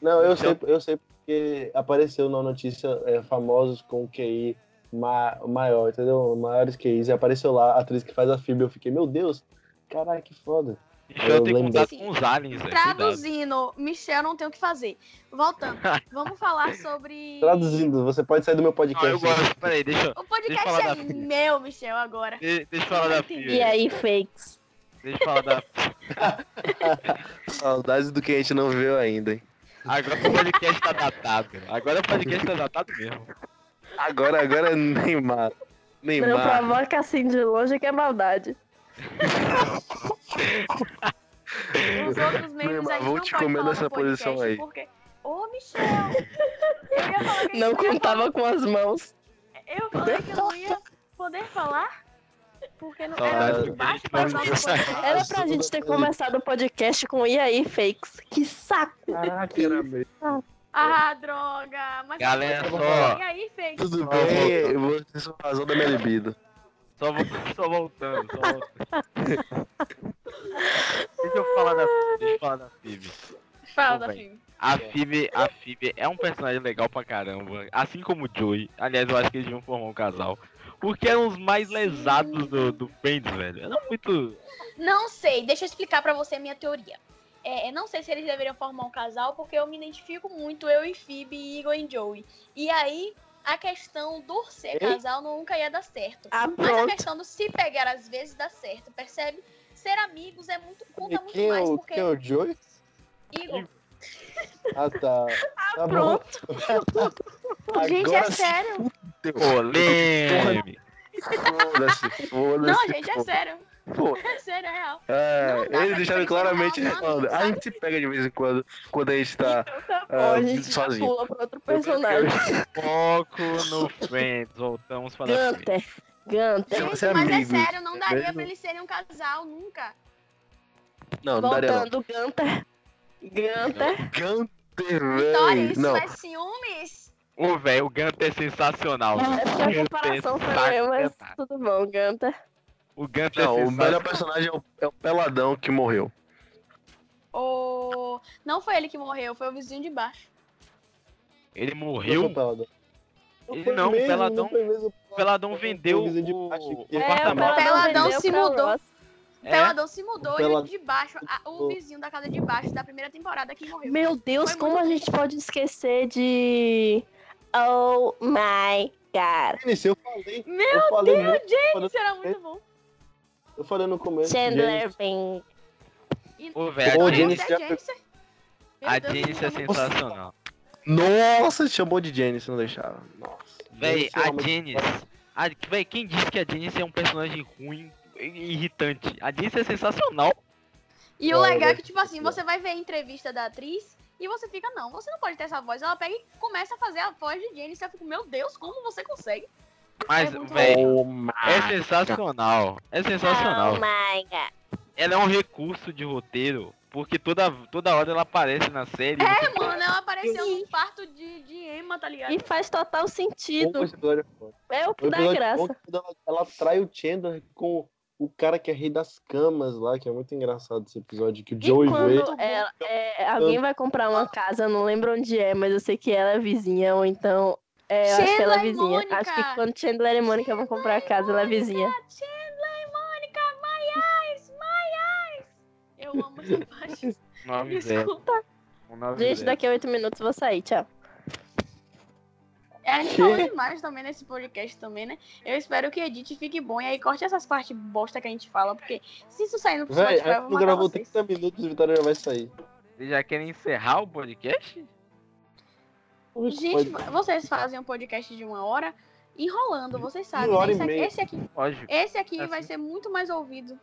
[SPEAKER 2] não, eu
[SPEAKER 1] Então-
[SPEAKER 2] sei, eu sei porque apareceu na notícia é, famosos com QI ma, maior, entendeu? Maiores QIs. E apareceu lá a atriz que faz a Phoebe. Eu fiquei, meu Deus, caralho, que foda.
[SPEAKER 1] Michel
[SPEAKER 2] Eu
[SPEAKER 1] tem
[SPEAKER 2] lembro.
[SPEAKER 1] contato com os aliens, velho. cuidado.
[SPEAKER 3] Traduzindo, Michelle não tem o que fazer. Voltando, vamos falar sobre.
[SPEAKER 2] Traduzindo, você pode sair do meu
[SPEAKER 1] Não, Ah, eu
[SPEAKER 2] podcast.
[SPEAKER 1] gosto. Peraí, deixa eu.
[SPEAKER 3] O
[SPEAKER 1] Deixa eu
[SPEAKER 3] podcast
[SPEAKER 1] falar
[SPEAKER 3] é
[SPEAKER 1] da Phoebe.
[SPEAKER 3] meu, Michel, agora.
[SPEAKER 1] de- Deixa eu falar da filha.
[SPEAKER 4] E aí, fakes?
[SPEAKER 1] Deixa eu falar da.
[SPEAKER 2] Saudades do que a gente não viu ainda, hein?
[SPEAKER 1] Agora o podcast tá datado. Agora o podcast tá datado mesmo.
[SPEAKER 2] Agora, agora é Neymar.
[SPEAKER 4] Não provoca assim de longe que é maldade.
[SPEAKER 3] Os outros membros
[SPEAKER 2] Neymar,
[SPEAKER 3] aí
[SPEAKER 2] vou
[SPEAKER 3] não
[SPEAKER 2] te
[SPEAKER 3] podem
[SPEAKER 2] comer
[SPEAKER 3] falar no
[SPEAKER 2] nessa
[SPEAKER 3] podcast,
[SPEAKER 2] posição aí.
[SPEAKER 3] Porque... Ô, Michel! Eu ia falar que a gente
[SPEAKER 4] Não
[SPEAKER 3] ia falar-
[SPEAKER 4] contava com as mãos.
[SPEAKER 3] Eu falei que eu não ia poder falar. Porque não era
[SPEAKER 1] Saudades
[SPEAKER 3] muito
[SPEAKER 1] do
[SPEAKER 3] baixo
[SPEAKER 1] Gates,
[SPEAKER 3] pra
[SPEAKER 1] mas
[SPEAKER 3] falar no
[SPEAKER 1] não
[SPEAKER 3] podcast.
[SPEAKER 4] Era pra gente ter começado o podcast com e aí, fakes. Que saco!
[SPEAKER 2] Caraca, era mesmo.
[SPEAKER 3] Ah, droga! Mas
[SPEAKER 1] Galera,
[SPEAKER 3] você-
[SPEAKER 1] só-
[SPEAKER 3] E aí, fake?
[SPEAKER 2] Tudo
[SPEAKER 1] Tá bom.
[SPEAKER 2] bem, eu vou ter sua razão da minha libido.
[SPEAKER 1] Só, vo- só voltando, só voltando. Deixa eu falar da Phoebe. Deixa eu falar da Phoebe.
[SPEAKER 3] Fala da
[SPEAKER 1] bem.
[SPEAKER 3] Phoebe.
[SPEAKER 1] A Phoebe, a Phoebe é um personagem legal pra caramba. Assim como o Joey. Aliás, eu acho que eles deviam formar um casal. Porque eram os mais lesados do, do Friends, velho. Era muito.
[SPEAKER 3] Não sei, deixa eu explicar pra você a minha teoria. É, eu não sei se eles deveriam formar um casal, porque eu me identifico muito, eu e Phoebe, Igor e Joey. E aí, a questão do ser casal nunca ia dar certo.
[SPEAKER 4] Ah,
[SPEAKER 3] Mas a
[SPEAKER 4] pronto.
[SPEAKER 3] questão do se pegar às vezes dá certo, percebe? Ser amigos é muito, conta muito
[SPEAKER 2] Quem é,
[SPEAKER 3] mais,
[SPEAKER 2] o,
[SPEAKER 3] porque
[SPEAKER 2] quem é o Joey?
[SPEAKER 3] Igor,
[SPEAKER 2] Ah, tá. Tá bom.
[SPEAKER 4] Pronto.
[SPEAKER 3] gente, é sério.
[SPEAKER 1] Polêmico.
[SPEAKER 2] Foda-se, foda-se.
[SPEAKER 3] Não, gente, é sério.
[SPEAKER 2] Pô,
[SPEAKER 3] É sério, é real.
[SPEAKER 2] é,
[SPEAKER 3] Não dá, mas
[SPEAKER 2] eles deixaram
[SPEAKER 3] tem que
[SPEAKER 2] claramente
[SPEAKER 3] falar, mano,
[SPEAKER 2] falando. A gente se pega de vez em quando, quando a gente tá.
[SPEAKER 4] Então tá bom,
[SPEAKER 2] Ah,
[SPEAKER 4] a gente já
[SPEAKER 2] sozinho.
[SPEAKER 4] pula pra outro personagem.
[SPEAKER 1] Foco no Friends. Voltamos pra da Phoebe.
[SPEAKER 4] Gunter. Gunter.
[SPEAKER 2] Chama
[SPEAKER 3] Gente, mas
[SPEAKER 2] ser
[SPEAKER 3] é
[SPEAKER 2] amigos,
[SPEAKER 3] sério, não daria
[SPEAKER 2] mesmo?
[SPEAKER 3] pra eles serem um casal nunca.
[SPEAKER 2] Não, não daria não.
[SPEAKER 4] Voltando, Gunter. Gunter.
[SPEAKER 2] Gunter,
[SPEAKER 3] Vitória,
[SPEAKER 2] velho.
[SPEAKER 3] isso
[SPEAKER 2] Não,
[SPEAKER 3] é ciúmes.
[SPEAKER 1] Ô, velho, o Gunter é sensacional.
[SPEAKER 4] É porque a
[SPEAKER 1] velho.
[SPEAKER 4] comparação foi
[SPEAKER 1] Gunter é
[SPEAKER 4] eu, mas
[SPEAKER 1] sensacional.
[SPEAKER 4] tudo bom, Gunter.
[SPEAKER 1] O Gunter
[SPEAKER 2] não,
[SPEAKER 1] é
[SPEAKER 2] o
[SPEAKER 1] sensacional.
[SPEAKER 2] melhor personagem é o, é o Peladão que morreu.
[SPEAKER 3] O... Não foi ele que morreu, foi o vizinho de baixo.
[SPEAKER 1] Ele morreu.
[SPEAKER 2] Peladão.
[SPEAKER 1] Ele foi não, mesmo, Peladão- não foi O Peladão vendeu o, o
[SPEAKER 2] É, o
[SPEAKER 1] apartamento.
[SPEAKER 3] Peladão
[SPEAKER 4] vendeu
[SPEAKER 3] se
[SPEAKER 4] pra
[SPEAKER 3] mudou.
[SPEAKER 4] Ross.
[SPEAKER 3] O
[SPEAKER 1] É?
[SPEAKER 3] Peladão se mudou
[SPEAKER 2] O Pela-
[SPEAKER 3] e o de baixo, a- o vizinho da casa de baixo da primeira temporada que morreu.
[SPEAKER 4] Meu Deus,
[SPEAKER 3] Foi
[SPEAKER 4] como a gente pode esquecer de. Oh my god.
[SPEAKER 2] Isso, eu falei.
[SPEAKER 3] Meu
[SPEAKER 2] eu falei muito,
[SPEAKER 3] Isso era muito bom.
[SPEAKER 2] eu falei no começo.
[SPEAKER 4] Chandler
[SPEAKER 2] James.
[SPEAKER 4] Bing.
[SPEAKER 3] E...
[SPEAKER 1] Ô,
[SPEAKER 2] Ô,
[SPEAKER 1] velho, a
[SPEAKER 3] Agora
[SPEAKER 1] Jenny-
[SPEAKER 2] Jennifer-
[SPEAKER 3] você é Jennifer. Meu
[SPEAKER 1] a
[SPEAKER 3] Deus,
[SPEAKER 1] Jennifer é
[SPEAKER 3] isso é muito
[SPEAKER 1] sensacional.
[SPEAKER 2] Nossa, chamou de Jenny, se não deixava. Nossa.
[SPEAKER 1] Véi,
[SPEAKER 2] Janice é
[SPEAKER 1] a
[SPEAKER 2] uma-
[SPEAKER 1] Jenny. A, véi, quem disse que a Jenny é um personagem ruim e irritante? A Jenny é sensacional.
[SPEAKER 3] E o legal é
[SPEAKER 1] né?
[SPEAKER 2] Olha,
[SPEAKER 3] que, tipo assim,
[SPEAKER 2] pessoal.
[SPEAKER 3] você vai ver a entrevista da atriz e você fica, não, você não pode ter essa voz. Ela pega e começa a fazer a voz de Jennifer. Eu fico, meu Deus, como você consegue?
[SPEAKER 1] Mas,
[SPEAKER 3] É muito
[SPEAKER 1] véi,
[SPEAKER 2] Oh my
[SPEAKER 1] é sensacional. É sensacional.
[SPEAKER 4] Oh my god.
[SPEAKER 1] Ela é um recurso de roteiro. Porque toda, toda hora ela aparece na série. Tipo,
[SPEAKER 3] É, mano, ela apareceu num parto de, de Emma, tá ligado?
[SPEAKER 4] E faz total
[SPEAKER 2] Como
[SPEAKER 4] sentido.
[SPEAKER 2] esse episódio é foda.
[SPEAKER 4] É o
[SPEAKER 2] O
[SPEAKER 4] que dá
[SPEAKER 2] episódio é bom
[SPEAKER 4] graça.
[SPEAKER 2] quando ela, ela trai o Chandler com o cara que é rei das camas lá, que é muito engraçado esse episódio, que o
[SPEAKER 4] E
[SPEAKER 2] Joey vê.
[SPEAKER 4] quando ela- é, alguém vai comprar uma casa, eu não lembro onde é, mas eu sei que ela é vizinha, ou então É, eu acho que ela é
[SPEAKER 3] Chandler e
[SPEAKER 4] vizinha. Acho
[SPEAKER 3] Mônica.
[SPEAKER 4] que quando Chandler e Mônica vão comprar a casa, ela é vizinha.
[SPEAKER 3] Mônica, Chandler e Mônica, my eyes, my eyes. Eu amo essa parte.
[SPEAKER 1] O nome dela.
[SPEAKER 3] Desculpa.
[SPEAKER 1] O nome
[SPEAKER 4] Gente,
[SPEAKER 1] dela.
[SPEAKER 4] daqui a oito minutos eu vou sair, tchau.
[SPEAKER 3] É, a gente falou demais também nesse podcast também, né? Eu espero que edite e fique bom. E aí corte essas partes bosta que a gente fala, porque se isso sair no
[SPEAKER 2] Véi,
[SPEAKER 3] Spotify,
[SPEAKER 2] a
[SPEAKER 3] eu
[SPEAKER 2] gente
[SPEAKER 3] vou
[SPEAKER 2] não
[SPEAKER 3] matar
[SPEAKER 2] gravou
[SPEAKER 3] vocês.
[SPEAKER 2] 30 minutos, o Vitória já vai sair.
[SPEAKER 1] Vocês já querem encerrar o podcast?
[SPEAKER 3] Gente, vocês fazem um podcast de uma hora enrolando, vocês sabem.
[SPEAKER 2] Uma
[SPEAKER 3] né?
[SPEAKER 2] hora e
[SPEAKER 3] Esse aqui-
[SPEAKER 2] meia.
[SPEAKER 3] esse aqui,
[SPEAKER 1] Lógico.
[SPEAKER 3] esse aqui
[SPEAKER 1] É
[SPEAKER 3] vai
[SPEAKER 1] assim.
[SPEAKER 3] ser muito mais ouvido.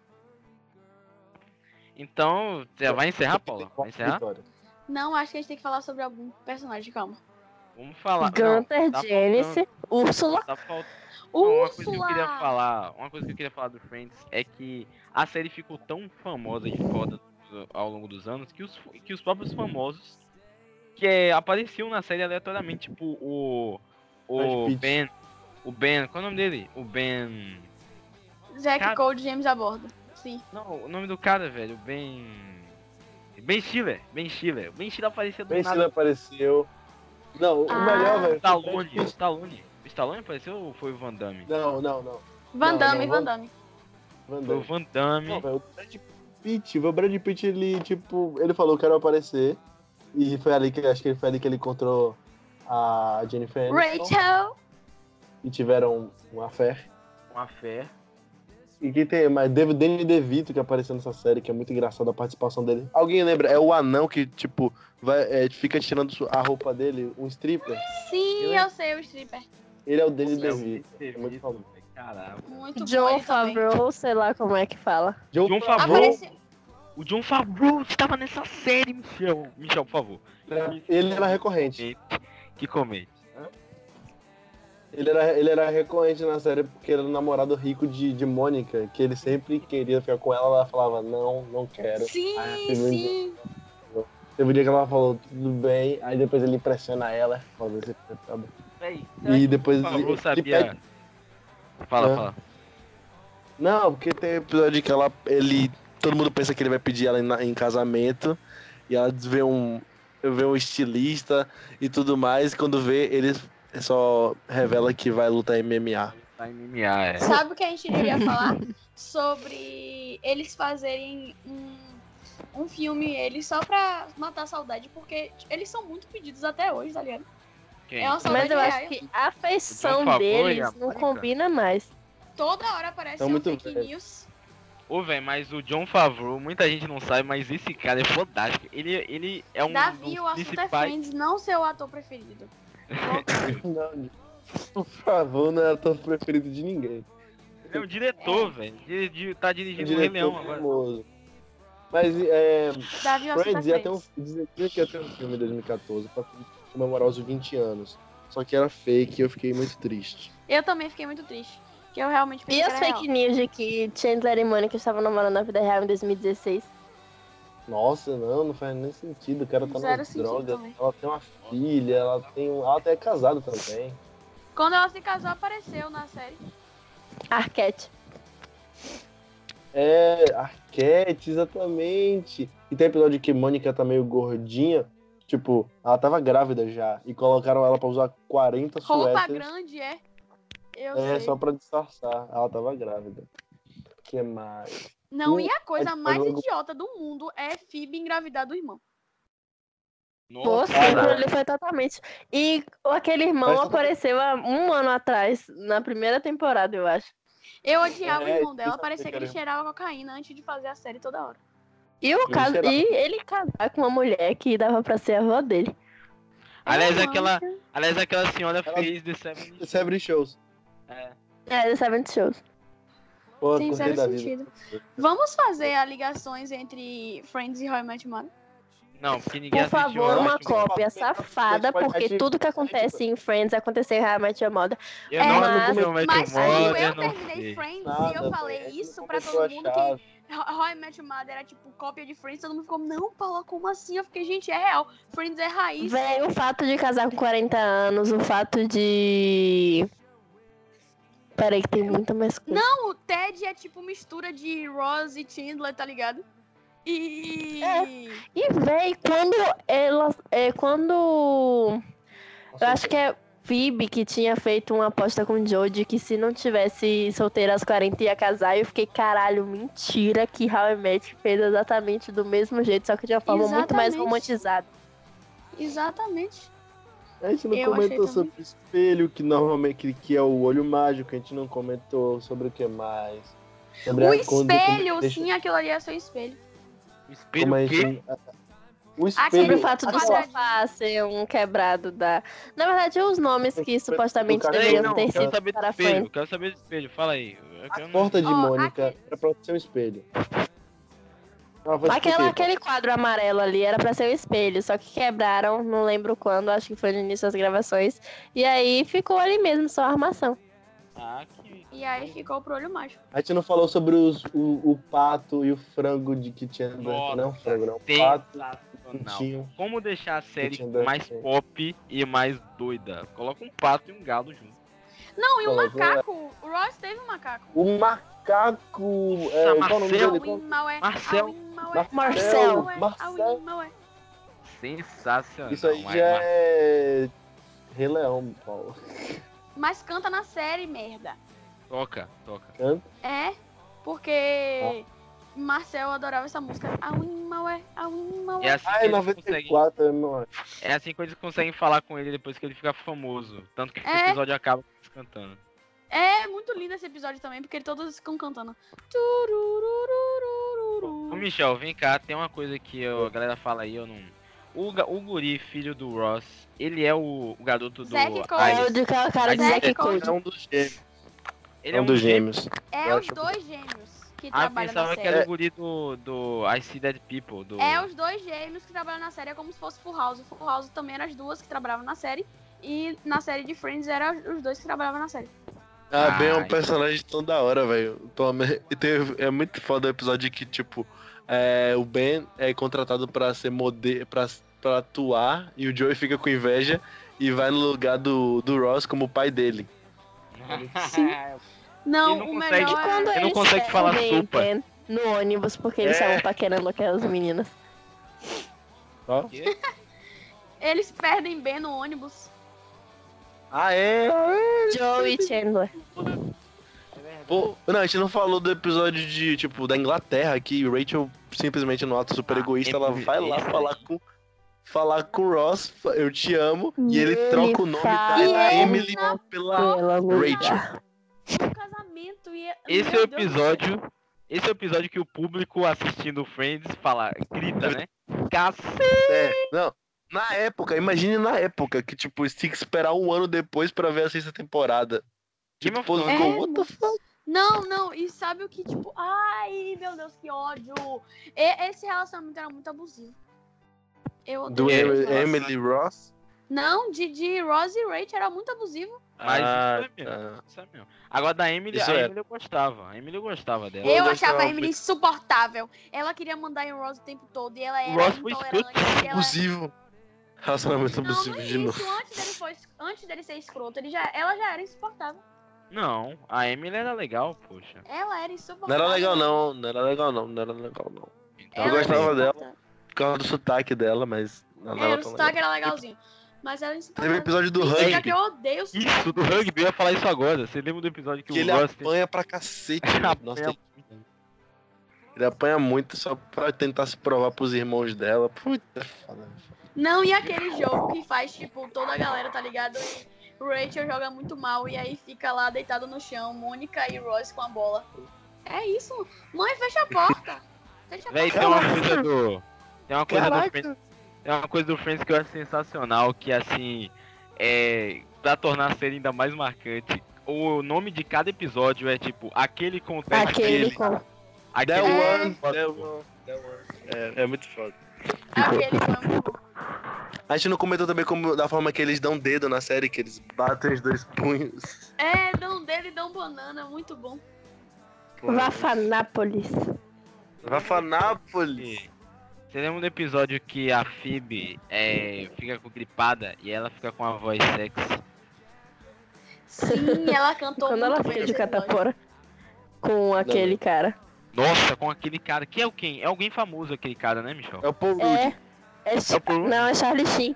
[SPEAKER 1] Então, já vai encerrar, Paula? Vai encerrar?
[SPEAKER 2] Vitória.
[SPEAKER 3] Não, acho que a gente tem que falar sobre algum personagem, calma.
[SPEAKER 1] Vamos falar. Não,
[SPEAKER 4] Gunther,
[SPEAKER 1] tá
[SPEAKER 4] Janice, Úrsula.
[SPEAKER 1] tá faltando. Uma coisa que eu
[SPEAKER 3] Úrsula!
[SPEAKER 1] queria falar, uma coisa que eu queria falar do Friends é que a série ficou tão famosa e foda ao longo dos anos que os, que os próprios famosos que eh, apareciam na série aleatoriamente, tipo o o
[SPEAKER 2] Brad Pitt.
[SPEAKER 1] Ben, o Ben, qual é o nome dele? O Ben,
[SPEAKER 3] Zack
[SPEAKER 1] Cara-
[SPEAKER 3] Cold James a bordo. Sim.
[SPEAKER 1] não, o nome do cara, velho, o Ben Ben Stiller, Ben Stiller. O Ben Stiller aparecia do
[SPEAKER 2] Ben Stiller
[SPEAKER 1] nada.
[SPEAKER 2] apareceu. Não, o
[SPEAKER 3] Ah.
[SPEAKER 2] melhor,
[SPEAKER 1] O
[SPEAKER 2] velho.
[SPEAKER 1] Stallone, o Stallone. O Stallone apareceu ou foi o Van Damme?
[SPEAKER 2] Não, não, não.
[SPEAKER 3] Van
[SPEAKER 2] Não,
[SPEAKER 3] Damme,
[SPEAKER 2] não,
[SPEAKER 3] Van
[SPEAKER 2] vamos-
[SPEAKER 3] Damme.
[SPEAKER 2] Van
[SPEAKER 1] Foi o
[SPEAKER 2] Damme.
[SPEAKER 1] Van Damme.
[SPEAKER 2] Não, velho, o Brad Pitt, velho, o Brad Pitt, ele, tipo, ele falou que era aparecer. E foi ali que, acho que foi ali que ele encontrou a Jennifer Aniston.
[SPEAKER 3] Rachel!
[SPEAKER 2] E tiveram uma fé.
[SPEAKER 6] Uma fé.
[SPEAKER 2] E quem tem mais? Deve- Danny DeVito, que apareceu nessa série, que é muito engraçado a participação dele. Alguém lembra? É o anão que, tipo, vai, é, fica tirando su- a roupa dele, um stripper.
[SPEAKER 3] Sim,
[SPEAKER 6] Eu-
[SPEAKER 3] eu sei o stripper.
[SPEAKER 2] Ele é o Danny
[SPEAKER 6] É o
[SPEAKER 2] DeVito.
[SPEAKER 6] Vitor
[SPEAKER 2] muito
[SPEAKER 6] Vitor,
[SPEAKER 2] famoso.
[SPEAKER 6] Caralho.
[SPEAKER 3] Muito bom.
[SPEAKER 4] John
[SPEAKER 3] ele também.
[SPEAKER 4] Favreau, sei lá como é que fala.
[SPEAKER 2] John
[SPEAKER 1] John
[SPEAKER 2] Favreau.
[SPEAKER 1] Favreau.
[SPEAKER 3] Apareceu.
[SPEAKER 1] O John Favreau estava nessa série, Michel. Michel, por favor.
[SPEAKER 2] né? Ele era recorrente.
[SPEAKER 1] Que comente.
[SPEAKER 2] Ele era, ele era recorrente na série porque ele era um namorado rico de, de Mônica, que ele sempre queria ficar com ela, ela falava, não, não quero.
[SPEAKER 3] Sim,
[SPEAKER 2] Ah, teve um
[SPEAKER 3] sim.
[SPEAKER 2] Teve um dia que ela falou, tudo bem, aí depois ele impressiona ela, é foda esse filme, tá bom. E depois
[SPEAKER 1] Por
[SPEAKER 2] ele,
[SPEAKER 1] favor,
[SPEAKER 2] ele
[SPEAKER 1] sabia.
[SPEAKER 2] pede-
[SPEAKER 1] Fala,
[SPEAKER 2] É.
[SPEAKER 1] fala.
[SPEAKER 2] Não, porque tem episódio que ela, ele, todo mundo pensa que ele vai pedir ela em, na- em casamento, e ela vê um, vê um estilista e tudo mais, e quando vê, ele só revela que vai lutar MMA.
[SPEAKER 1] Tá em MMA, é.
[SPEAKER 3] Sabe o que a gente deveria falar? Sobre eles fazerem um, um filme, eles só pra matar a saudade, porque eles são muito pedidos até hoje, tá ligado?
[SPEAKER 1] Quem?
[SPEAKER 3] É uma saudade
[SPEAKER 4] Mas eu acho
[SPEAKER 3] real.
[SPEAKER 4] que a
[SPEAKER 1] John
[SPEAKER 4] feição
[SPEAKER 1] Favreau e a
[SPEAKER 4] deles não
[SPEAKER 1] Mônica.
[SPEAKER 4] combina mais.
[SPEAKER 3] Toda hora aparece
[SPEAKER 2] Tão
[SPEAKER 3] um
[SPEAKER 2] muito
[SPEAKER 3] fake
[SPEAKER 2] velho.
[SPEAKER 3] news.
[SPEAKER 1] Ô, velho, mas o John Favreau, muita gente não sabe, mas esse cara é fodástico. Ele, ele é um
[SPEAKER 3] Davi,
[SPEAKER 1] dos
[SPEAKER 3] o assunto é
[SPEAKER 1] principais...
[SPEAKER 3] Friends, não seu ator preferido.
[SPEAKER 2] Não, por favor, não é o ator preferido de ninguém.
[SPEAKER 1] Ele é um diretor, velho. Ele di- tá dirigindo o Rei Leão agora.
[SPEAKER 2] é famoso. Mas é,
[SPEAKER 3] Davi, o assunto é
[SPEAKER 2] Friends ia ter um,
[SPEAKER 3] Friends.
[SPEAKER 2] dizia dizia que ia ter um filme em 2014 pra comemorar os 20 anos. Só que era fake e eu fiquei muito triste.
[SPEAKER 3] Eu também fiquei muito triste, que eu realmente pensei
[SPEAKER 4] E
[SPEAKER 3] que
[SPEAKER 4] as
[SPEAKER 3] era
[SPEAKER 4] fake
[SPEAKER 3] real.
[SPEAKER 4] news de que Chandler e Mônica estavam namorando na vida real em 2016?
[SPEAKER 2] Nossa, não, não faz nem sentido. O cara tá
[SPEAKER 3] Zero
[SPEAKER 2] nas
[SPEAKER 3] sentido
[SPEAKER 2] drogas.
[SPEAKER 3] também.
[SPEAKER 2] Ela tem uma filha, ela tem um. Ela até é casada também.
[SPEAKER 3] Quando ela se casou, apareceu na série.
[SPEAKER 4] Arquete.
[SPEAKER 2] É, Arquete, exatamente. E tem episódio que Mônica tá meio gordinha. Tipo, ela tava grávida já. E colocaram ela pra usar 40
[SPEAKER 3] Roupa
[SPEAKER 2] suéteres.
[SPEAKER 3] grande, é. Eu
[SPEAKER 2] É,
[SPEAKER 3] sei.
[SPEAKER 2] só pra disfarçar. Ela tava grávida. que mais?
[SPEAKER 3] Não,
[SPEAKER 2] Hum,
[SPEAKER 3] e a coisa
[SPEAKER 2] é
[SPEAKER 3] mais
[SPEAKER 2] logo-
[SPEAKER 3] idiota do mundo é Phoebe engravidar do irmão.
[SPEAKER 4] Poxa,
[SPEAKER 2] cara.
[SPEAKER 4] ele foi totalmente. E aquele irmão
[SPEAKER 2] né? Mas-
[SPEAKER 4] apareceu há um ano atrás, na primeira temporada, eu acho.
[SPEAKER 3] Eu odiava o
[SPEAKER 2] É,
[SPEAKER 3] irmão dela,
[SPEAKER 2] exatamente,
[SPEAKER 3] parecia que ele
[SPEAKER 2] cara.
[SPEAKER 3] cheirava cocaína antes de fazer a série toda hora.
[SPEAKER 4] E, o
[SPEAKER 2] Ele
[SPEAKER 4] caso...
[SPEAKER 2] será?
[SPEAKER 4] e ele casar com uma mulher que dava pra ser a avó dele.
[SPEAKER 1] Aliás,
[SPEAKER 3] É,
[SPEAKER 1] aquela,
[SPEAKER 3] mano.
[SPEAKER 1] aliás, aquela senhora
[SPEAKER 2] Ela-
[SPEAKER 1] fez The Seven...
[SPEAKER 2] Seven Shows.
[SPEAKER 1] É.
[SPEAKER 4] É, The Seventh Shows.
[SPEAKER 2] Pô,
[SPEAKER 3] Tem
[SPEAKER 2] correr
[SPEAKER 3] zero
[SPEAKER 2] da vida.
[SPEAKER 3] sentido. Vamos fazer a ligações entre Friends e How I Met Your Mother?
[SPEAKER 1] Não, porque ninguém
[SPEAKER 4] Por
[SPEAKER 1] assistiu.
[SPEAKER 4] favor,
[SPEAKER 1] eu
[SPEAKER 4] uma
[SPEAKER 1] acho.
[SPEAKER 4] cópia safada,
[SPEAKER 2] Pode-
[SPEAKER 4] porque
[SPEAKER 2] pode-
[SPEAKER 4] tudo que acontece em Friends acontece em How I Met Your Mother.
[SPEAKER 1] Eu
[SPEAKER 4] É,
[SPEAKER 1] não
[SPEAKER 4] mas-
[SPEAKER 1] assisti o Match
[SPEAKER 3] Mas tipo,
[SPEAKER 1] Modern,
[SPEAKER 3] eu
[SPEAKER 1] não
[SPEAKER 3] terminei
[SPEAKER 1] sei.
[SPEAKER 3] Friends
[SPEAKER 2] Nada,
[SPEAKER 3] e eu
[SPEAKER 2] velho.
[SPEAKER 3] falei
[SPEAKER 2] É que
[SPEAKER 3] isso
[SPEAKER 2] uma
[SPEAKER 3] pra
[SPEAKER 2] pessoa
[SPEAKER 3] todo mundo
[SPEAKER 2] chata.
[SPEAKER 3] que How I Met Your Mother era tipo cópia de Friends, todo mundo ficou, não, Paula, como assim? Eu fiquei, gente, é real. Friends é raiz.
[SPEAKER 4] Véi, o fato de casar com 40 anos, o fato de. Peraí, que tem muita mais coisa.
[SPEAKER 3] Não, o Ted é tipo mistura de Ross e Chandler, tá ligado? E.
[SPEAKER 4] E, véi, quando ela. É, quando. Eu acho que é Phoebe que tinha feito uma aposta com o Joe de que se não tivesse solteira aos 40 ia casar. E eu fiquei, caralho, mentira que How I Met fez exatamente do mesmo jeito, só que de uma forma muito mais
[SPEAKER 3] Exatamente.
[SPEAKER 4] romantizada.
[SPEAKER 3] Exatamente.
[SPEAKER 2] A gente não
[SPEAKER 3] Eu achei
[SPEAKER 2] comentou
[SPEAKER 3] também.
[SPEAKER 2] sobre o espelho, que normalmente que é o olho mágico, a gente não comentou sobre o que mais. Sobre
[SPEAKER 3] o
[SPEAKER 2] a- quando- como
[SPEAKER 3] espelho,
[SPEAKER 2] deixa-
[SPEAKER 3] sim, aquilo ali é seu espelho.
[SPEAKER 1] O espelho
[SPEAKER 2] como é a
[SPEAKER 1] o quê?
[SPEAKER 2] gente- a-
[SPEAKER 3] Ah,
[SPEAKER 2] O
[SPEAKER 4] Sobre o
[SPEAKER 2] espelho.
[SPEAKER 4] fato do
[SPEAKER 3] Aquela-
[SPEAKER 4] sofá ser um quebrado da. Na verdade, os nomes que supostamente
[SPEAKER 2] cara-
[SPEAKER 1] Ei,
[SPEAKER 4] deveriam
[SPEAKER 1] não,
[SPEAKER 4] ter
[SPEAKER 1] quero
[SPEAKER 4] sido
[SPEAKER 1] saber do
[SPEAKER 4] para
[SPEAKER 1] espelho,
[SPEAKER 4] fãs.
[SPEAKER 1] quero saber do espelho, fala aí. Eu
[SPEAKER 2] A
[SPEAKER 1] quero-
[SPEAKER 2] porta de
[SPEAKER 3] Ó,
[SPEAKER 2] Mônica
[SPEAKER 3] aquele-
[SPEAKER 2] era pra ser um espelho. Ah, Ela foi
[SPEAKER 4] Aquela,
[SPEAKER 2] esquecida.
[SPEAKER 4] aquele quadro amarelo ali era pra ser um espelho, só que quebraram, não lembro quando, acho que foi no início das gravações. E aí ficou ali mesmo, só a armação.
[SPEAKER 1] Ah, que-
[SPEAKER 3] E aí ficou pro olho mágico.
[SPEAKER 2] A gente não falou sobre os, o, o pato e o frango de que tinha.
[SPEAKER 1] Nossa,
[SPEAKER 2] não, é um frango não. Pato,
[SPEAKER 1] Sensacional.
[SPEAKER 2] tinha.
[SPEAKER 1] Como deixar a série
[SPEAKER 2] Tinha dado
[SPEAKER 1] mais
[SPEAKER 2] certo.
[SPEAKER 1] pop e mais doida? Coloca um pato e um galo junto.
[SPEAKER 3] Não, e o
[SPEAKER 2] Falou,
[SPEAKER 3] macaco. O Ross teve um macaco.
[SPEAKER 2] O macaco. É,
[SPEAKER 1] Nossa,
[SPEAKER 2] qual o nome
[SPEAKER 1] Marcel.
[SPEAKER 2] dele? Qual-
[SPEAKER 3] Auimaué,
[SPEAKER 1] Marcel.
[SPEAKER 3] Auimaué,
[SPEAKER 4] Marcel.
[SPEAKER 3] Auimaué,
[SPEAKER 2] Marcel.
[SPEAKER 3] Auimaué.
[SPEAKER 1] Sensacional.
[SPEAKER 2] Isso aí
[SPEAKER 1] mas-
[SPEAKER 2] já
[SPEAKER 1] mas-
[SPEAKER 2] é. Rei Leão, Paulo.
[SPEAKER 3] Mas canta na série, merda.
[SPEAKER 1] Toca, toca.
[SPEAKER 3] É, porque Marcel adorava essa música. Auimaué,
[SPEAKER 1] É
[SPEAKER 3] Auimaué.
[SPEAKER 1] assim,
[SPEAKER 2] Ah,
[SPEAKER 1] que
[SPEAKER 2] é
[SPEAKER 1] eles conseguem,
[SPEAKER 2] 94, eu não acho.
[SPEAKER 1] é assim que eles conseguem falar com ele depois que ele fica famoso. Tanto que o
[SPEAKER 3] É.
[SPEAKER 1] episódio acaba com eles cantando.
[SPEAKER 3] É muito lindo esse episódio também, porque todos ficam cantando. Tururururururu.
[SPEAKER 1] Ô Michel, vem cá, tem uma coisa que eu- a galera fala aí, eu não. O, ga- o Guri, filho do Ross, ele é o, o garoto do.
[SPEAKER 3] Zack Cole.
[SPEAKER 1] Ai,
[SPEAKER 4] É o de aquela cara de
[SPEAKER 1] Aí-
[SPEAKER 4] Zack
[SPEAKER 1] é-
[SPEAKER 4] Cody.
[SPEAKER 2] É um dos gêmeos.
[SPEAKER 1] ele
[SPEAKER 2] É um dos
[SPEAKER 1] gêmeo.
[SPEAKER 2] gêmeos.
[SPEAKER 3] É
[SPEAKER 2] Eu
[SPEAKER 3] os
[SPEAKER 2] acho-
[SPEAKER 3] dois gêmeos que
[SPEAKER 1] Ah,
[SPEAKER 3] trabalham na
[SPEAKER 1] pensava que
[SPEAKER 3] série.
[SPEAKER 1] era o guri do, do I See Dead People. Do...
[SPEAKER 3] É os dois gêmeos que trabalham na série, é como se fosse Full House. Full House também eram as duas que trabalhavam na série. E na série de Friends eram os dois que trabalhavam na série.
[SPEAKER 2] Ah, Ben é
[SPEAKER 1] Ai.
[SPEAKER 2] um personagem tão da hora, velho. Tom- E tem- é muito foda o episódio que, tipo, é, o Ben é contratado pra ser modelo, pra, pra atuar, e o Joey fica com inveja e vai no lugar do, do Ross como pai dele.
[SPEAKER 3] Sim. Não,
[SPEAKER 1] Ele não
[SPEAKER 3] o
[SPEAKER 1] consegue-
[SPEAKER 4] E
[SPEAKER 3] melhor é...
[SPEAKER 4] quando
[SPEAKER 1] não
[SPEAKER 4] eles
[SPEAKER 1] consegue
[SPEAKER 4] pegam
[SPEAKER 1] falar
[SPEAKER 4] Nathan
[SPEAKER 1] sopa.
[SPEAKER 4] No ônibus, porque eles
[SPEAKER 2] É.
[SPEAKER 4] estavam paquerando aquelas meninas.
[SPEAKER 2] Ó.
[SPEAKER 3] Eles perdem bem no ônibus.
[SPEAKER 2] Ah, é?
[SPEAKER 4] Joe e Chandler.
[SPEAKER 2] Pô, não, a gente não falou do episódio de, tipo, da Inglaterra, que Rachel simplesmente no ato super
[SPEAKER 1] Ah,
[SPEAKER 2] egoísta, ela
[SPEAKER 1] esse-
[SPEAKER 2] vai lá
[SPEAKER 1] esse
[SPEAKER 2] falar com. Falar com o Ross, fa- eu te amo, e ele
[SPEAKER 4] Ele
[SPEAKER 2] troca o nome
[SPEAKER 4] fala- E
[SPEAKER 2] da
[SPEAKER 4] ele
[SPEAKER 2] Emily pela
[SPEAKER 4] Pelo amor de
[SPEAKER 2] Rachel.
[SPEAKER 3] No casamento e...
[SPEAKER 1] Esse é
[SPEAKER 3] Meu
[SPEAKER 1] o
[SPEAKER 3] Deus do céu.
[SPEAKER 1] episódio. Esse é o episódio que o público assistindo Friends fala, grita, né? Cacete!
[SPEAKER 2] É, não. Na época, imagine na época que, tipo, eles tinham que esperar um ano depois pra ver a sexta temporada.
[SPEAKER 1] Game
[SPEAKER 2] Tipo,
[SPEAKER 1] of
[SPEAKER 2] pô,
[SPEAKER 1] Thrones.
[SPEAKER 2] ficou,
[SPEAKER 3] É,
[SPEAKER 2] what the fuck?
[SPEAKER 3] Não, não, e sabe o que, tipo... Ai, meu Deus, que ódio. E- esse relacionamento era muito abusivo. Eu
[SPEAKER 2] Do
[SPEAKER 1] é,
[SPEAKER 3] odeio esse
[SPEAKER 2] Em-
[SPEAKER 3] relacionamento.
[SPEAKER 2] Emily Ross?
[SPEAKER 3] Não, de, de Ross e Rachel era muito abusivo.
[SPEAKER 1] Mas
[SPEAKER 2] Ah,
[SPEAKER 1] isso é mesmo.
[SPEAKER 2] tá.
[SPEAKER 1] Isso é mesmo. Agora da Emily,
[SPEAKER 2] Isso
[SPEAKER 1] a
[SPEAKER 2] é.
[SPEAKER 1] Emily eu gostava. A Emily eu gostava dela.
[SPEAKER 2] Eu
[SPEAKER 3] Eu
[SPEAKER 2] gostava
[SPEAKER 3] achava a
[SPEAKER 2] é muito.
[SPEAKER 3] Emily insuportável. Ela queria mandar em Ross o tempo todo e ela
[SPEAKER 1] O
[SPEAKER 3] era
[SPEAKER 1] Ross foi
[SPEAKER 3] intolerante. e ela...
[SPEAKER 2] Abusivo. Relacionamento
[SPEAKER 3] Não,
[SPEAKER 2] abusivo
[SPEAKER 3] não é
[SPEAKER 2] de novo.
[SPEAKER 3] isso. Antes dele, foi, antes dele ser escroto, ele já, ela já era insuportável.
[SPEAKER 1] Não, a Emily era legal, poxa.
[SPEAKER 3] Ela era
[SPEAKER 2] Não
[SPEAKER 3] insuportável.
[SPEAKER 2] era legal, não. Não era legal, não. Não era legal, não.
[SPEAKER 1] Então,
[SPEAKER 3] Ela era
[SPEAKER 2] gostava dela.
[SPEAKER 3] insuportável.
[SPEAKER 2] Por causa do sotaque dela, mas. Não
[SPEAKER 3] É,
[SPEAKER 2] era
[SPEAKER 3] o
[SPEAKER 2] tão
[SPEAKER 3] sotaque é
[SPEAKER 2] legal.
[SPEAKER 3] era legalzinho. Mas era
[SPEAKER 2] Teve o
[SPEAKER 3] insuportável.
[SPEAKER 2] episódio do
[SPEAKER 3] Mentira, que
[SPEAKER 2] rugby,
[SPEAKER 3] eu odeio o sotaque.
[SPEAKER 1] Isso, do rugby, eu ia falar isso agora. Você lembra do episódio que,
[SPEAKER 2] que ele
[SPEAKER 1] o Ross tem...
[SPEAKER 2] apanha pra cacete.
[SPEAKER 1] Apanha
[SPEAKER 2] Nossa, ele... ele apanha muito só pra tentar se provar pros irmãos dela. Puta foda.
[SPEAKER 3] Não, e aquele jogo que faz, tipo, toda a galera, tá ligado? E Rachel joga muito mal e aí fica lá deitado no chão, Mônica e Royce com a bola. É isso. Mãe, fecha a porta. Fecha a
[SPEAKER 1] Véi,
[SPEAKER 3] porta.
[SPEAKER 1] tem uma coisa do. Tem uma coisa do
[SPEAKER 2] Caraca.
[SPEAKER 1] Friends. Tem uma coisa do Friends que eu acho sensacional, que assim. É. Pra tornar a série ainda mais marcante. O nome de cada episódio é tipo, aquele acontece
[SPEAKER 4] Aquele
[SPEAKER 1] aquele.
[SPEAKER 4] com.
[SPEAKER 1] aquele
[SPEAKER 2] That
[SPEAKER 3] É.
[SPEAKER 2] one, that one, that one. É, é muito foda.
[SPEAKER 3] Aquele foi Ah, muito bom.
[SPEAKER 2] A gente não comentou também como, da forma que eles dão dedo na série, que eles batem os dois punhos.
[SPEAKER 3] É, dão dele, dão banana, muito bom.
[SPEAKER 4] Vafanápolis.
[SPEAKER 2] Vafanápolis.
[SPEAKER 1] Você lembra do episódio que a Phoebe é, fica com gripada e ela fica com a voz sexy?
[SPEAKER 3] Sim, ela cantou
[SPEAKER 4] Quando
[SPEAKER 3] muito
[SPEAKER 4] ela
[SPEAKER 3] é bem
[SPEAKER 4] fica de
[SPEAKER 3] esse episódio.
[SPEAKER 4] catapora com aquele cara.
[SPEAKER 1] Nossa, com aquele cara. Que é o quem? É alguém famoso aquele cara, né, Michel?
[SPEAKER 2] É o Paul Rudd.
[SPEAKER 4] É. É Ch-
[SPEAKER 1] É o Paul Rudd?
[SPEAKER 4] Não, é Charlie Sheen.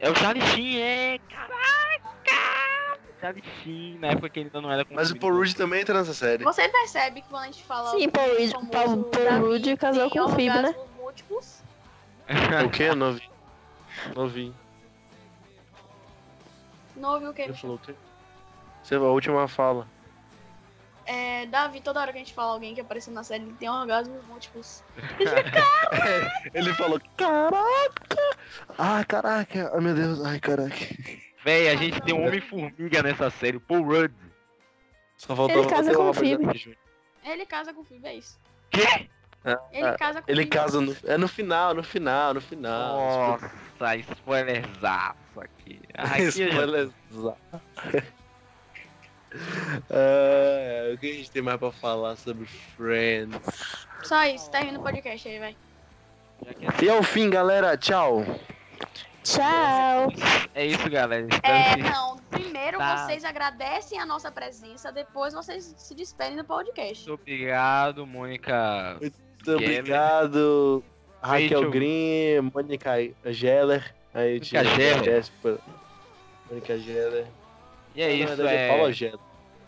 [SPEAKER 1] É o Charlie Sheen, é. Caraca! Charlie Sheen, na época que ele ainda não era
[SPEAKER 2] Mas o
[SPEAKER 1] consumido.
[SPEAKER 2] Paul Rudd também entra nessa série.
[SPEAKER 3] Você percebe que quando a gente fala.
[SPEAKER 4] Sim,
[SPEAKER 3] o
[SPEAKER 4] Paul Rudd-
[SPEAKER 3] famoso
[SPEAKER 4] Paul- Paul
[SPEAKER 3] Davi
[SPEAKER 4] Rudd um casou
[SPEAKER 3] tem
[SPEAKER 4] com o Phoebe, né?
[SPEAKER 3] orgasmos múltiplos.
[SPEAKER 2] O quê? Eu Não vi. Não vi.
[SPEAKER 3] Não ouviu o que ele
[SPEAKER 2] Ele falou o quê? Você, a última fala.
[SPEAKER 3] É, Davi, toda hora que a gente fala alguém que apareceu na série, ele tem orgasmos múltiplos.
[SPEAKER 2] Ele falou, caraca! Ah, caraca! Ai, meu Deus. Ai, caraca.
[SPEAKER 1] Véi, a gente tem um Homem-Formiga nessa série, o Paul Rudd.
[SPEAKER 2] Só faltou
[SPEAKER 4] Ele casa
[SPEAKER 2] ter o
[SPEAKER 4] com o
[SPEAKER 2] Robert
[SPEAKER 4] Phoebe.
[SPEAKER 2] Downey Jr.
[SPEAKER 3] Ele casa com o Phoebe, é isso.
[SPEAKER 1] Quê?
[SPEAKER 3] Ele
[SPEAKER 2] Ah,
[SPEAKER 3] casa com
[SPEAKER 2] Ele
[SPEAKER 3] Phoebe.
[SPEAKER 2] casa no... É no final, no final, no final.
[SPEAKER 1] Nossa, spoilerzaço aqui. Ah, Aqui eu já-
[SPEAKER 2] Spoiler. Ah, o que a gente tem mais pra falar sobre Friends?
[SPEAKER 3] Só isso, termina o podcast aí, vai.
[SPEAKER 1] assim.
[SPEAKER 2] E é o fim, galera. Tchau.
[SPEAKER 4] Tchau.
[SPEAKER 1] É isso, galera. Espero
[SPEAKER 3] É,
[SPEAKER 1] que-
[SPEAKER 3] não. Primeiro
[SPEAKER 1] Tá.
[SPEAKER 3] vocês agradecem a nossa presença, depois vocês se despedem do podcast.
[SPEAKER 1] Muito obrigado, Mônica.
[SPEAKER 2] Muito
[SPEAKER 1] Gamer.
[SPEAKER 2] obrigado, Raquel
[SPEAKER 1] Rachel.
[SPEAKER 2] Green, Mônica Geller. Aí eu te
[SPEAKER 1] Mônica Geller.
[SPEAKER 2] agradece por- Mônica Geller.
[SPEAKER 1] E é
[SPEAKER 2] Na
[SPEAKER 1] isso,
[SPEAKER 2] verdade,
[SPEAKER 1] é...
[SPEAKER 2] Paula Geller.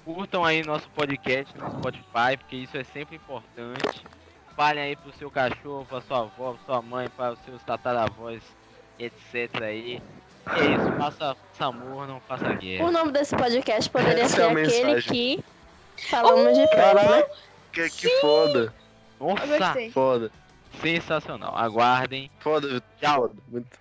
[SPEAKER 1] Curtam aí nosso podcast no Spotify, porque isso é sempre importante. Falem aí pro seu cachorro, pra sua avó, pra sua mãe, para os seus tataravós, etc. aí. E é isso, faça, faça amor, não faça
[SPEAKER 4] O
[SPEAKER 1] guerra.
[SPEAKER 4] nome desse podcast poderia
[SPEAKER 2] Essa
[SPEAKER 4] ser
[SPEAKER 2] é a
[SPEAKER 4] aquele
[SPEAKER 2] mensagem.
[SPEAKER 4] que falamos de Friends, né?
[SPEAKER 2] Caraca, que, que foda.
[SPEAKER 3] Eu
[SPEAKER 1] Nossa,
[SPEAKER 3] gostei.
[SPEAKER 2] Foda.
[SPEAKER 1] sensacional. Aguardem.
[SPEAKER 2] Foda, Vitor.
[SPEAKER 1] Tchau.
[SPEAKER 2] Foda. Muito